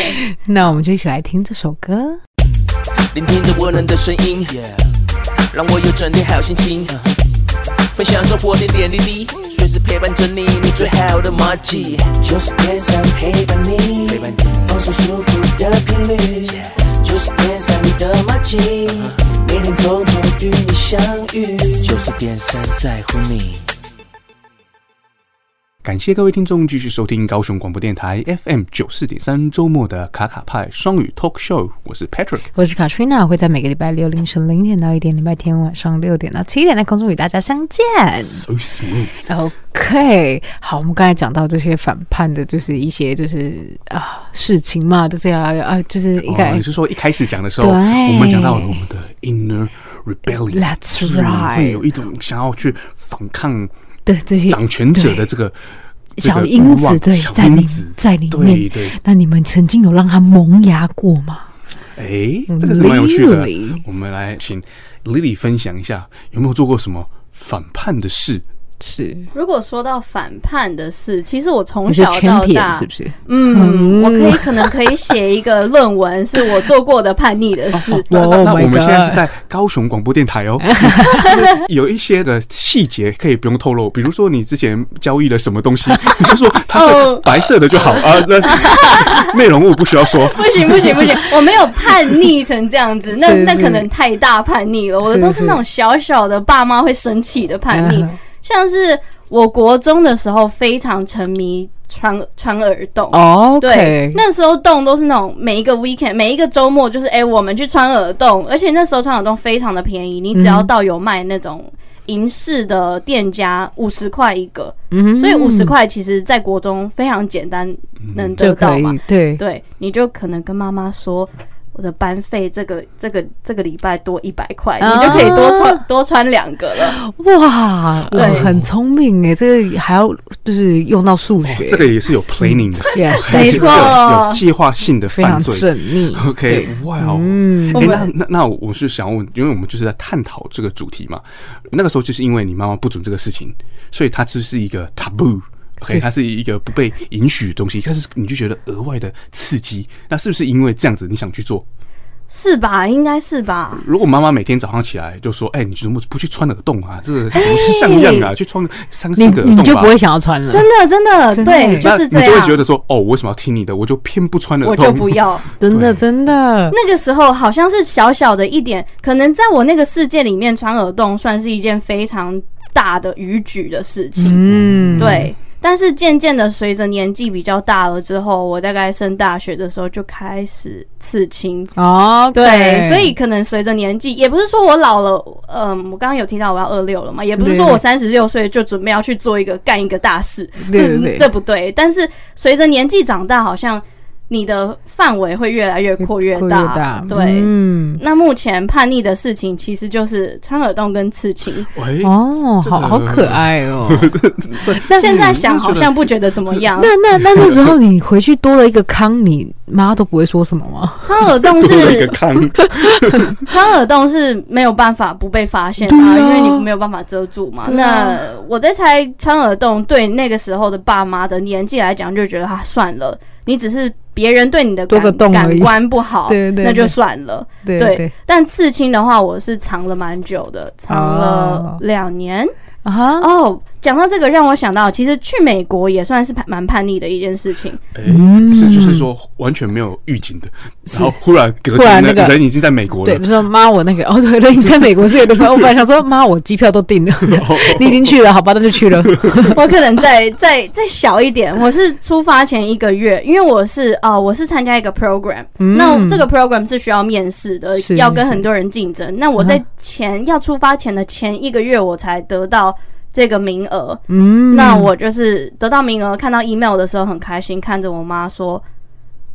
[LAUGHS] 那我们就一起来听这首歌。
聆听着温暖的声音，让我有整天好心情。分享生活点点滴滴，随时陪伴着你，你最好的默契。就是天上陪伴你，陪伴你放松舒服的频率，就是天上你的默契。每天空中与你相遇，就是点上在乎你。
感谢各位听众继续收听高雄广播电台 FM 九四点三周末的卡卡派双语 talk show，我是 Patrick。
我是 Katrina，会在每个礼拜六凌晨零点到一点，礼拜天晚上六点到七点在空中与大家相见。
So smooth，
OK，好，我们刚才讲到这些反叛的，就是一些就是啊事情嘛，就是要啊，就是应该、
哦，你是说一开始讲的时候，
对
我们讲到了我们的 inner rebellion，
That's
就是我们会
right
有一种想要去反抗
的这些
掌权者的这个这个
小因
欲望
子，对，
小
在
因
里
子
在里
对
面。
对，
那你们曾经有让它萌芽过吗？
哎、这个是蛮有趣的
Lily。
我们来请 Lily 分享一下，有没有做过什么反叛的事？
是
如果说到反叛的事，其实我从
你是
小到
champion
大，
是不是？
嗯，我可以可能可以写一个论文，是我做过的叛逆的
[LAUGHS]
事。
那那
Oh
那
my
我们现在是
God
在高雄广播电台哦，有一些的细节可以不用透露，比如说你之前交易了什么东西，你就说它是白色的就好啊。那内容我不需要说。
不行不行不行，我没有叛逆成这样子，那
是
那
是
可能太大叛逆了。我的
是
都是
是
那种小小的爸妈会生气的叛逆
嗯哼，
像是我国中的时候非常沉迷穿穿耳洞。
哦
对
OK，，
那时候洞都是那种每一个 weekend 每一个周末就是哎、我们去穿耳洞，而且那时候穿耳洞非常的便宜，你只要到有卖那种银饰的店家五十块一个，
嗯
所以五十块其实在国中非常简单能得
就
到
可以
嘛。
对。
对，你就可能跟妈妈说。我的班费这个这个这个礼拜多一百块，你就可以多穿、多穿两个了。
哇，
对
哦很聪明哎，这个还要就是用到数学，
哦这个也是有 planning 的， [LAUGHS]
yes，
没错
有有计划性的
非常
犯罪。
缜密。
OK，哇哦，
嗯
诶
我
那
们
那那我是想问，因为我们就是在探讨这个主题嘛，那个时候就是因为你妈妈不准这个事情，所以它就是一个 taboo。OK，
对
它是一个不被允许的东西，但是你就觉得额外的刺激，那是不是因为这样子你想去做？
是吧？应该是吧。
如果妈妈每天早上起来就说：“哎、你怎么不去穿耳洞啊？这个不像样啊，去穿三
哎你
四个耳洞吧。”啊
你就不会想要穿了，
真的真的，
真的
对，
就
就是这
那你就会觉
样。
得说：“哦，我为什么要听你的？我就偏不穿耳
我
洞，
就不。要。
真的
对
真的，
那个时候好像是小小的一点，可能在我那个世界里面，穿耳洞算是一件非常大的逾矩的事情。
嗯，
对，但是渐渐的，随着年纪比较大了之后，我大概升大学的时候就开始刺青。
哦，
[LAUGHS] 对，所以可能随着年纪，也不是说我老了，嗯，我刚刚有提到我要二六了嘛，也不是说
对
我三十六岁就准备要去做一个干一个大事，
对
这是
对对
这不对。但是随着年纪长大，好像你的范围会越来越扩越
扩
大，
大，
对。
嗯，
那目前叛逆的事情其实就是穿耳洞跟刺 [LAUGHS] 青，
哎，
哦，
这
好好可。爱
[LAUGHS]
哦。
但现在
嗯
想好像不觉得怎么 [LAUGHS] 样
那。那那那时候你回去多了一个康，你妈都不会说什么吗？
[LAUGHS] 穿耳
[LAUGHS]
洞
多了一个
是
康，
穿耳洞是没有办法不被发现的、
对啊
因为你没有办法遮住嘛。
对啊
那我在猜，穿耳洞对那个时候的爸妈的年纪来讲，就觉得啊，算了，你只是别人对你的
多
感
个洞而已
感官不好，
对对对
那就算了。
对
对
对
但刺青的话，我是藏了蛮久的，藏了
哦
两年。
啊哈，
哦，讲到这个，让我想到，其实去美国也算是蛮叛逆的一件事情。
哎，
嗯
是就是说完全没有预警的，然后忽然隔
忽
天
然那个
人已经在美国
对，
了
就，说妈，我那个哦，对，人你在美国是有的朋友，我本来想说妈，我机票都
[LAUGHS]
订了，你已经去了，好吧，那就去了。 [LAUGHS]
我可能再再再小一点，我是出发前一个月，因为我是呃我是参加一个 program，、那这个 program 是需要面试的，
嗯是嗯
要
是
跟
是
很多人竞争。那我在前、要出发前的前一个月，我才得到这个名额。
嗯，
那我就是得到名额，看到 email 的时候很开心，看着我妈说。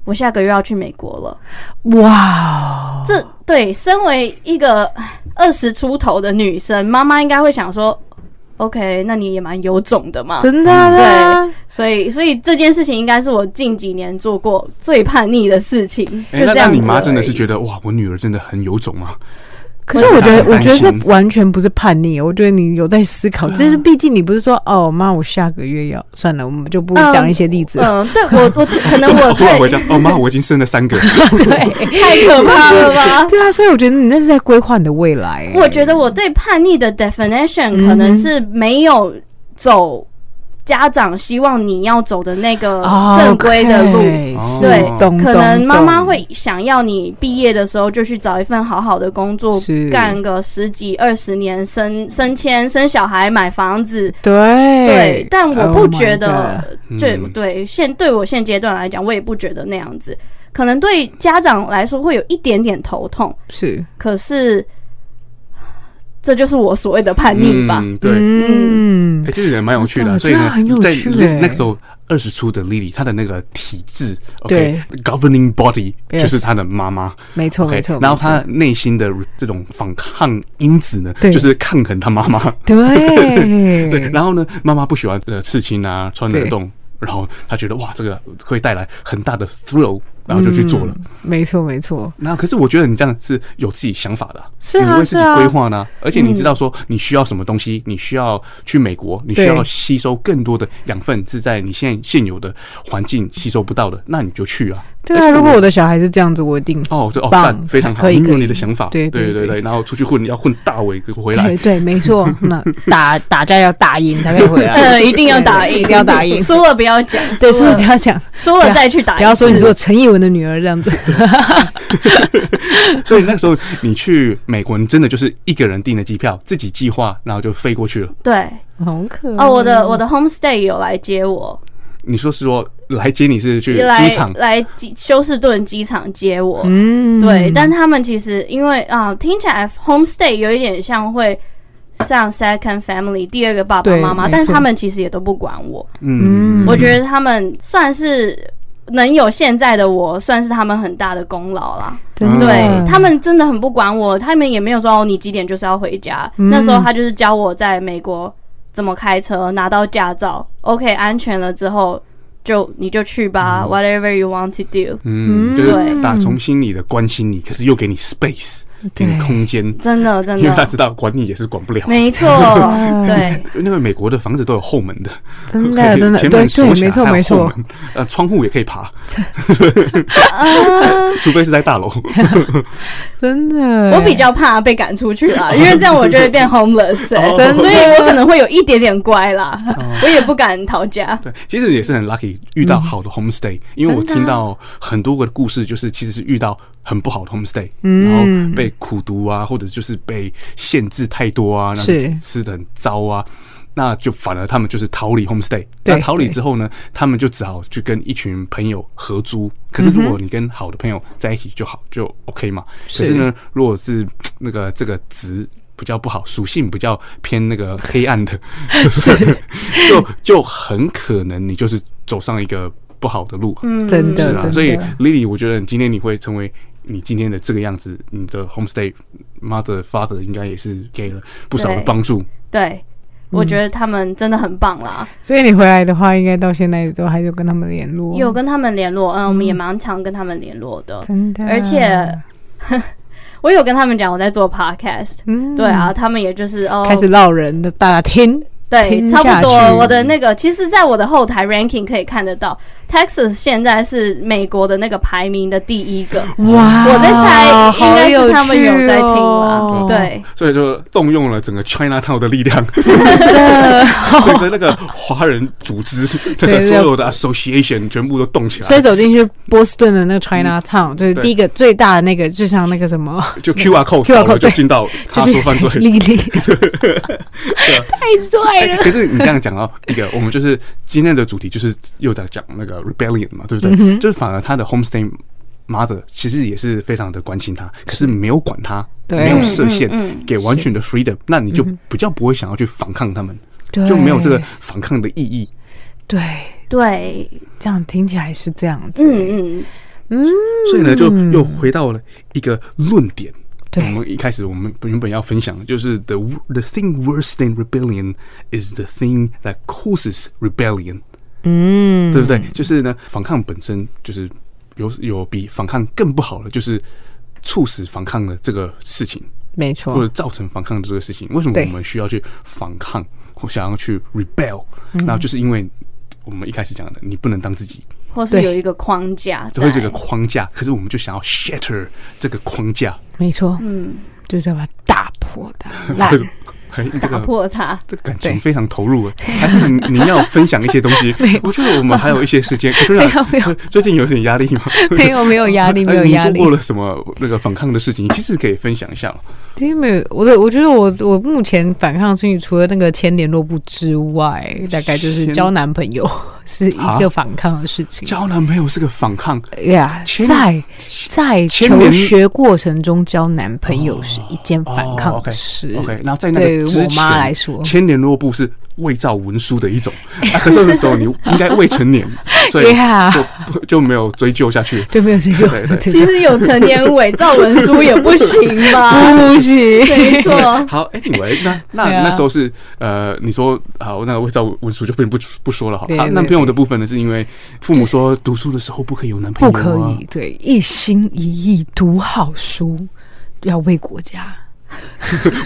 我下个月要去美国了。
哇，
这对身为一个二十出头的女生，妈妈应该会想说：“OK，那你也蛮有种的嘛。”
真的啊
对，所以所以这件事情应该是我近几年做过最叛逆的事情，
哎
就
那
这
那
样子而已。
你妈真的是觉得哇，我女儿真的很有种
[LAUGHS]
啊！
可是我觉得，
我
我
很
觉
担
得
心
这完全不是叛逆，我觉得你有在思
嗯
考，就是毕竟你不是说哦妈，我下个月要算了，我们就不讲一些例子了。
嗯，对我我可能
[LAUGHS]
我
我突然
太
回家，哦妈，我已经生了三
[LAUGHS]
个，
太可怕
[LAUGHS]
了吧？
[LAUGHS] 对啊，所以我觉得你那是在规划你的未来、欸
我觉得我对叛逆的
嗯
definition 可能是没有走家长希望你要走的那个
哦
正规的路。
是哦
对
懂
可
懂
能妈妈
懂
会想要你毕业的时候就去找一份好好的工作
是，
干个十几二十年，升升迁、生小孩、买房子，
对
对，但我
Oh
不
my
觉得
God，
对
嗯
对现对我现阶段来讲，我也不觉得那样子。可能对家长来说会有一点点头痛，
是
可是这就是我所谓的叛逆吧。
嗯对，
嗯
哎、，这个人蛮有趣
我
的，
懂
所以
对
呢
啊很有，
在
趣
那
哎
那个时候二十出的 Lily，她的那个体制
对
，OK，governing body
Yes
就是她的妈妈
没错没
，OK，
错。
然后
没错
她内心的这种反抗因子呢，
对
就是抗衡她妈妈，
对
[LAUGHS] 对，然后呢，妈妈不喜欢呃刺青啊，穿
对
耳洞，然后她觉得哇，这个会带来很大的 thrill 然后就去做了。
没错没错，
那可是我觉得你这样是有自己想法的啊、
是啊
你为自己
是啊嗯
规划呢、而且你知道说你需要什么东西，你需要去美国，你需要
对
吸收更多的养分是在你现现有的环境吸收不到的，那你就去啊。
对
而
啊，
且
如果我的小孩是这样子，我一定
哦，对哦，
棒
赞，非常好，
可以
你
可
有
以
你的想法，
对
对
对对
对，然后出去混，你要混大尾回来
对，对，没
[LAUGHS]
错，嗯那打打架要打赢才会回来，
[LAUGHS] 呃，一定要打
对
赢，。
一定要打赢
输了不要讲，
[LAUGHS] 对，
输
所以
了
不要讲，
输了再去打赢。
不要说你做陈以文的女儿这样
[LAUGHS]
子，
[LAUGHS] 所以那时候你去美国，你真的就是一个人订了机票，自己计划，然后就飞过去了。
对
好可爱
哦，我的我的 homestay 有来接我，
你说是说来接你是去
来
机场，
来机休斯顿机场接我。
嗯，
对，但他们其实因为啊、听起来 homestay 有一点像会像 second family 第二个爸爸
对
妈妈，
没
但
错
他们其实也都不管我。
嗯，
我觉得他们算是能有现在的我，算是他们很大的功劳啦。
真的
对他们真的很不管我，他们也没有说哦你几点就是要回家。
嗯
那时候他就是教我在美国怎么开车，拿到驾照，OK 安全了之后就你就去吧、
嗯
w h a t e v e r you want to do。
嗯，就是
对
打从心里的关心你，可是又给你 space，给你
对
空间，
真的真
因为他
的，
知道 [LAUGHS] 管你也是管不了。
[LAUGHS]
没错，对
因为美国的房子都有后门的，
真
可 [LAUGHS]
的
以
真的
前
对
门锁
对，
起来
没错
还
没
有后
错，
门，呃，窗户也可以
[LAUGHS]
爬， [LAUGHS] 除非是在大楼。
真的。
我比较怕被赶出去
[LAUGHS]
啊啦，因为这样我就会变 homeless，、
哦
欸、所以我可能会有一点点乖啦，
哦
我也不敢逃家。
对，其实也是很 lucky 遇到好的 homestay，、因为我
真的啊
听到很多个故事，就是其实是遇到很不好的 homestay，、然后
嗯
被苦读啊，或者就是被限制太多啊，然后
是
吃的很糟啊。那就反而他们就是逃离 homestay，
对
那逃离之后呢，他们就只好去跟一群朋友合租。可是如果你跟好的朋友在一起就好，就 OK 嘛。可是呢，如果是嗯那个这个值比较不好，属性比较偏那个黑暗的，就就很可能你就是走上一个不好的路，嗯，
真的
是
真
啊。
的，
所以 Lily，我觉得今天你会成为你今天的这个样子，你的 homestay mother father 应该也是给了不少的
对
帮助。
对，
嗯
我觉得他们真的很棒啦，
所以你回来的话，应该到现在都还有跟他们联络，
有跟他们联络，嗯，我们也蛮常跟他们联络的，
真的，
而且。我有跟他们讲我在做 podcast，、
嗯
对啊，他们也就是哦，
开始唠人的，大家听，
对，
听
差
下
不多
去。
我的那个，其实，在我的后台 ranking 可以看得到，Texas 现在是美国的那个排名的第一个。
哇，
我在猜应该是他们有在听啦
好有趣哦
对，
所以就动用了整个 China Town 的力量，整个那个华人组
[LAUGHS]
织，那个
对
所有的 association 全部都动起来，
所以走进去波士顿的那个 China Town，就是
嗯对
第一个最大的那个，就像那个
[LAUGHS]
什么，
就 QR code
对
扫了就
对
进到
就
他
是
说犯
[LAUGHS]
罪
丽
[LAUGHS]
丽，太帅
哎
了。
啊可是你这样讲到一个，我们就是今天的主题就是又在讲那个 rebellion 嘛，对不对？
嗯
就是反而他的 homestay mother 其实也是非常的关心他，可是没有管他，
对
没有设限，
嗯嗯
给完全的 freedom，那你就比较不会想要去反抗他们，
嗯对
就没有这个反抗的意义。
对，
对，
这样听起来是这样子。
嗯嗯，
所以呢，就又回到了一个论点。
对
我们一开始我们原本要分享的就是 the w- the thing worse than rebellion is the thing that causes rebellion。嗯，对不对？就是呢，反抗本身就是有有比反抗更不好的，就是促使反抗的这个事情，
没
或者
错，
造成反抗的这个事情。为什么
对
我们需要去反抗或想要去 rebel？那就是因为我们一开始讲的，你不能当自己，
或是
对
有一个框架
只
在，
会这个框架，可是我们就想要 shatter 这个框架，
没错，嗯，就是要把它打破打烂。
[LAUGHS] 哎这
打
个
破它。
这个感情非常投入哎，还是你你要分享一些东
[LAUGHS]
西？我觉得我们还有一些时间。不
没有没有
最近有点压力吗？
[LAUGHS] 没有没有压力，
[LAUGHS] 哎
没有压
你
力
做。过了什么那个反抗的事情？其实可以分享一下了。
其实没有，我的我觉得我我目前反抗的事情，除了那个牵联络部之外，大概就是
牵
交男朋友 [LAUGHS] 是一
啊
个反抗的事情。
交男朋友是个反抗，
呀
牵
在在
牵连
求学过程中交男朋友是一件反
哦
抗
，OK，
的事。
OK，然后在那
对
个之
我
前，
妈来说， [LAUGHS]
牵联络部是伪造文书的一种，啊可是那时候你应该未成年，所以
Yeah
就不就没有追究下去。
对，没有谁就
对对
其实有成年伪造文书也不行吧？
不行。
[LAUGHS] 没错，
好，Anyway，那那、
对啊
那时候是呃，你说好，那伪造文书就不不不说了好
对
啊，
对
男朋友的部分呢，是因为父母说读书的时候不可以有男朋
不
友、啊，
可以，对，一心一意读好书，要为国家、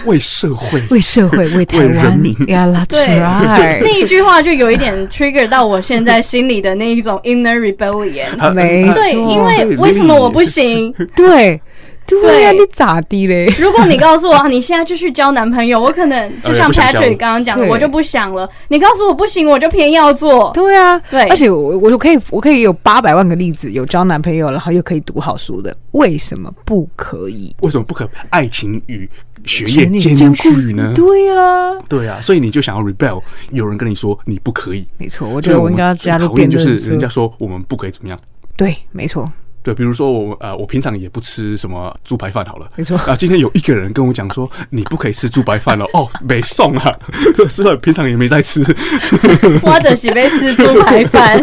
为社会。
为社会、为台
为人
湾
民。
Yeah, that's
对
right，
那一句话就有一点 trigger 到我现在心里的那一种 inner rebellion。
啊
没
啊
对，
错
因为为什么我不行？
对， [LAUGHS] 对呀、
对
你咋的嘞？
如果你告诉我啊你现在就去交男朋友，我可能就像
不想交
Patrick 刚刚讲的，
对
我就不想了。你告诉我不行，我就偏要做。
对啊，
对
而且我我可以我可以有八百万个例子，有交男朋友，然后又可以读好书的，为什么不可以？
为什么不可爱情与学
学
业
历
兼
兼
具
顾
呢？
对啊，
对啊，所以你就想要 rebel，有人跟你说你不可以，
没错，我觉
所以
得我
们
应该要加入
讨厌
辩
就
论
是
社
人家说我们不可以怎么样。
对，没错，
对，比如说我呃，我平常也不吃什么猪排饭好了，
没错
啊，今天有一个人跟我讲说，你不可以吃猪排
[LAUGHS]
饭了，哦，没送啊，虽然平常也没在吃， [LAUGHS]
花的喜被吃猪排饭， [LAUGHS]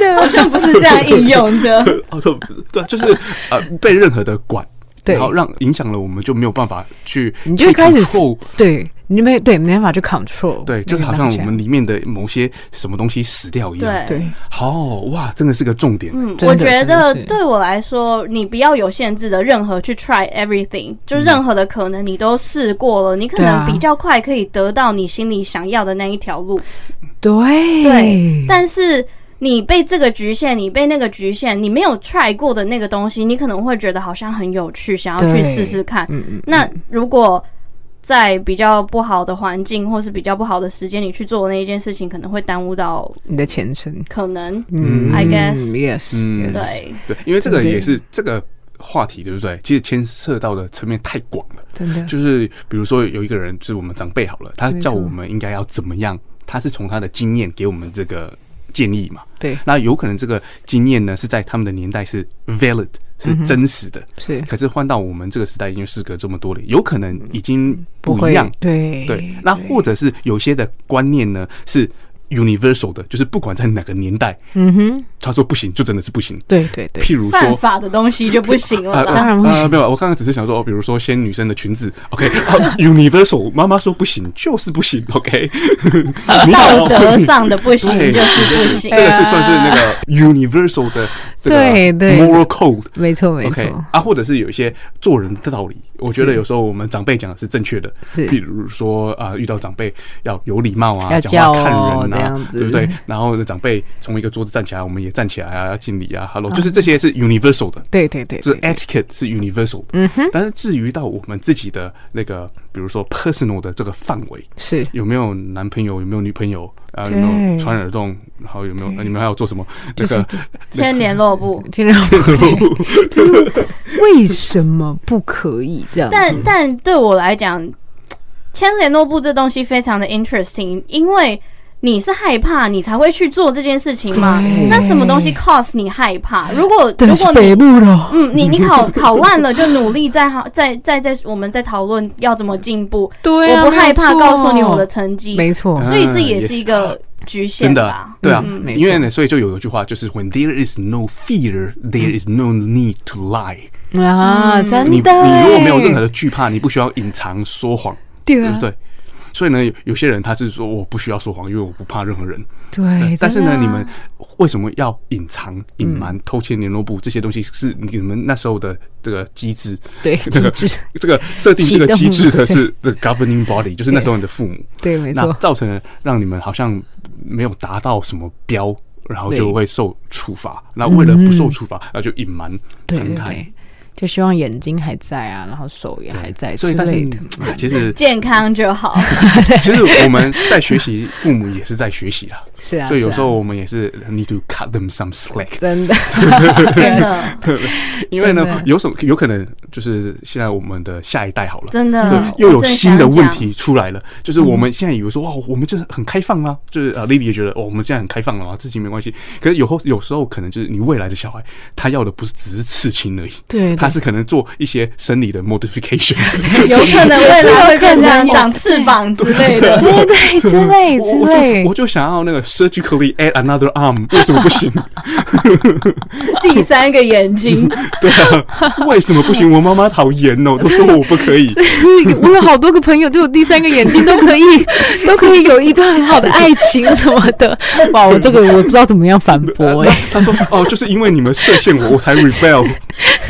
真
好
的，
像不是这样应
[LAUGHS]
用的。
哦，对对，就是呃，被任何的管，
对
然后让影响了我们，就没有办法去，
你就开始
control
对，你没对没办法去 control，
对，就是
没
好
办法
像
这
我
样
们里面的某些什么东西死掉一样
对。
对。
好哇，真的是个重点。
嗯，
真的
我觉
真的
得
是
对我来说，你不要有限制的任何去 try everything，就任何的可能你都试过了，你可
嗯对
能
啊
比较快可以得到你心里想要的那一条路。
对
对，但是你被这个局限，你被那个局限，你没有 try 过的那个东西，你可能会觉得好像很有趣，想要
对
去试试看。
嗯嗯，
那如果在比较不好的环境或是比较不好的时间，你去做那一件事情，可能会耽误到
你的前程，
可能
嗯
I guess
yes，
嗯
yes
对
对，因为这个
对
也是这个话题，对不对？其实牵涉到的层面太广了。
真 [LAUGHS] 的
就是比如说有一个人，就是我们长辈好了，他
没
叫
错
我们应该要怎么样，他是从他的经验给我们这个建议嘛。
对
那有可能这个经验呢是在他们的年代是 valid 是真实的，
是
可是换到我们这个时代已经事隔这么多年，有可能已经不一
会
样。
对
对，那或者是有些的观念呢是 universal 的，就是不管在哪个年代，
嗯哼，
他说不行就真的是不行。
对对对，
譬如
犯
说，
法的东西就不行了
[LAUGHS]
啦。
当然不行
呃，没有，我刚刚只是想说，哦，比如说仙女生的裙子，OK，好 universal，妈妈说不行就是不行，OK，你好
道德上的不行
[LAUGHS] 对
就是不行
这。
啊
个是算是那个 universal 的这个
对对
moral code。
没错没
OK
错，
啊，或者是有一些做人的道理，我觉得
是
有时候我们长辈讲的是正确的，
是
譬如说啊、呃遇到长辈要有礼貌啊，
要
讲话
叫
看
哦
人
这
啊
样，子
对不对？然后呢，长辈从一个桌子站起来，我们也站起来啊，要敬礼啊，hello，就是这
嗯
些是 universal 的，
对对对，
这
对
etiquette 是 universal 的，嗯哼。但是至于到我们自己的那个，比如说 personal 的这个范围，
是
有没有男朋友，有没有女朋友，啊，有
对
没有穿耳洞，然后有没有呃你们还要做什么？那个
签联络部。
听着不对，就是为什么不可以这样子？
嗯
但但对我来讲，签联络部这东西非常的 interesting，因为你是害怕，你才会去做这件事情嘛
对。
那什么东西 cause 你害怕？如果
真
如
的
果
是北
你
部了，
嗯，你你
[LAUGHS]
考考烂了，就努力再好，再再再，我们再讨论要怎么进步。
对啊
我不害怕
没错
告诉你我的成绩，
没错，
所以这
嗯
也
也
是
是
一个局限
真的
吧。
对啊，
嗯没
因为
错
呢，所以就有一句话，就是 When there is no fear, there is no need to lie。
啊，真的，
你你如果没有任何的惧怕，你不需要隐藏说谎，
对
对
啊
不对？所以呢，有有些人他是说我不需要说谎，因为我不怕任何人。
对，
但是
真
呢，
的啊嗯
你们为什么要隐藏、隐瞒、偷窃联络部这些东西？是你们那时候的这个机制，
对
这个
机制
这个设定
启
这
动
个机制的是 the governing body，就是那时候你的父母，
对没
那
错，
造成了让你们好像没有达到什么标，然后就
对
会受处罚。那为了不受处罚，那就隐瞒、
对
涵
对
盖。
对，就希望眼睛还在啊，然后手也还在
所
之
以，但是
类的。
哎其
[LAUGHS]
实
健康
[LAUGHS]
就好，
其实我们在学习，父母也是在学习啦。
[LAUGHS] 是啊，
所以有
是啊
时候我们也是 need to cut them some slack。[LAUGHS]
真的
真的
因为
真
呢
的，
有什么有可能就是现在我们的下一代好了，
真的
对，又有新的问。题出来了。就是我们现在以为
嗯
说哇，我们就是很开放啊，就是呃，Lily 也觉得哦，我们现在很开放了啊，事情没关系。可是有后有时候可能就是你未来的小孩，他要的不是只是刺青而已，
对对
他是可能做一些生理的
[LAUGHS]
modification。
有可能 [LAUGHS] 未来会变成长翅膀之类的。
对对之类
我
之
[LAUGHS] 我就
类
我，就想要那个 surgically add another arm，为什么不行？ [LAUGHS]
第三个眼 [LAUGHS] 睛，
对啊，为什么不行？我妈妈好严哦，都说我不可以。
我有好多个朋友都有第三个眼睛，都 [LAUGHS] 可以都可以有一段很好的爱情什么的。哇，我这个我不知道怎么样反
[LAUGHS]
驳哎、
那她说哦，就是因为你们设限我，我才 rebel。
[LAUGHS]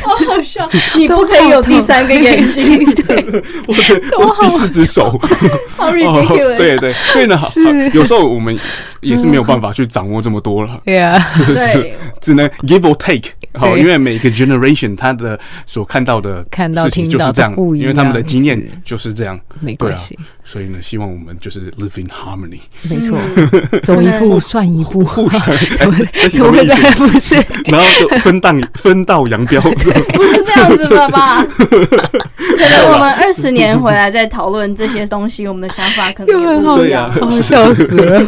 好
[LAUGHS]
好笑！你不可以有第三个 [LAUGHS] 眼睛，
我
[LAUGHS]
的我第四只手。
[LAUGHS] 好
哦
ridiculous。，
对对，所
[LAUGHS]
以呢，好
是
有时候我们也是没有办法去掌握这么多了。
Yeah，
对
只能 give or take。好，
对
因为每个 generation 他的所看到的
看到
事情
听
就是
到
这样
都，不一
因为他们的
样
经验
子
就是这样，
没
对
关
啊
系。
所以呢，希望我们就是 live in harmony。 [LAUGHS]
没错， [LAUGHS] 走一步算一步，
互相
[LAUGHS] 怎么
哎
怎
什
么
么
会
意思
在不是？
然后就分道分道扬镳，
不是这样子的 [LAUGHS] 吧？可能我们二十年回来再讨论这些东西，我们的想法可能
又
也
很
不
好
对
笑
呀，
[LAUGHS]
[LAUGHS]
哦笑死了，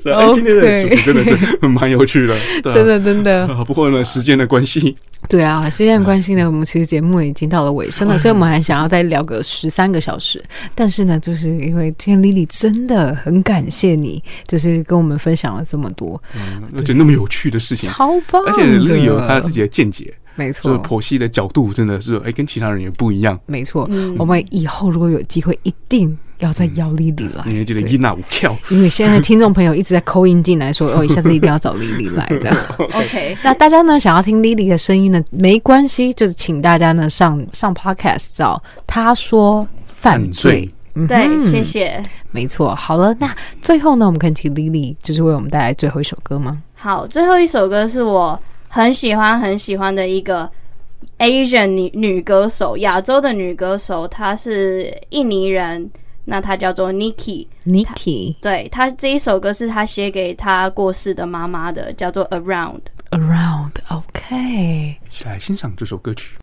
是啊哎今天的
OK
主题真的是蛮有趣的，对啊
[LAUGHS] 真的真的。
啊不过呢，时间的关系，
对啊，时间的关系呢，我们其实节目已经到了尾声了，所以我们还想要再聊个十三个小时。但是呢，就是因为今天 Lily 真的很感谢你，就是跟我们分享了这么多，
嗯而且那么有趣的事情，
啊超棒的。
而且丽有她自己的见解，
没
就是
错，
剖析的角度真的是哎跟其他人也不一样。
没错。
嗯
我们以后如果有机会，一定要再邀 Lily 来。
你还记得
哎对
伊娜舞跳？
因为现在听众朋友一直在扣音进
[LAUGHS]
来说，哦，下次一定要找 Lily 来的。
OK。
那大家呢想要听 Lily 的声音呢，没关系，就是请大家呢上上 Podcast 找她说犯罪。
[LAUGHS]
嗯
对，谢谢。
没错，好了，那最后呢，我们恳请 Lily 就是为我们带来最后一首歌吗？
好，最后一首歌是我很喜欢很喜欢的一个 Asian 女女歌手，亚洲的女歌手，她是印尼人，那她叫做 Niki。
Niki
对她这一首歌是她写给她过世的妈妈的，叫做 Around。
Around，OK、
一起来欣赏这首歌曲。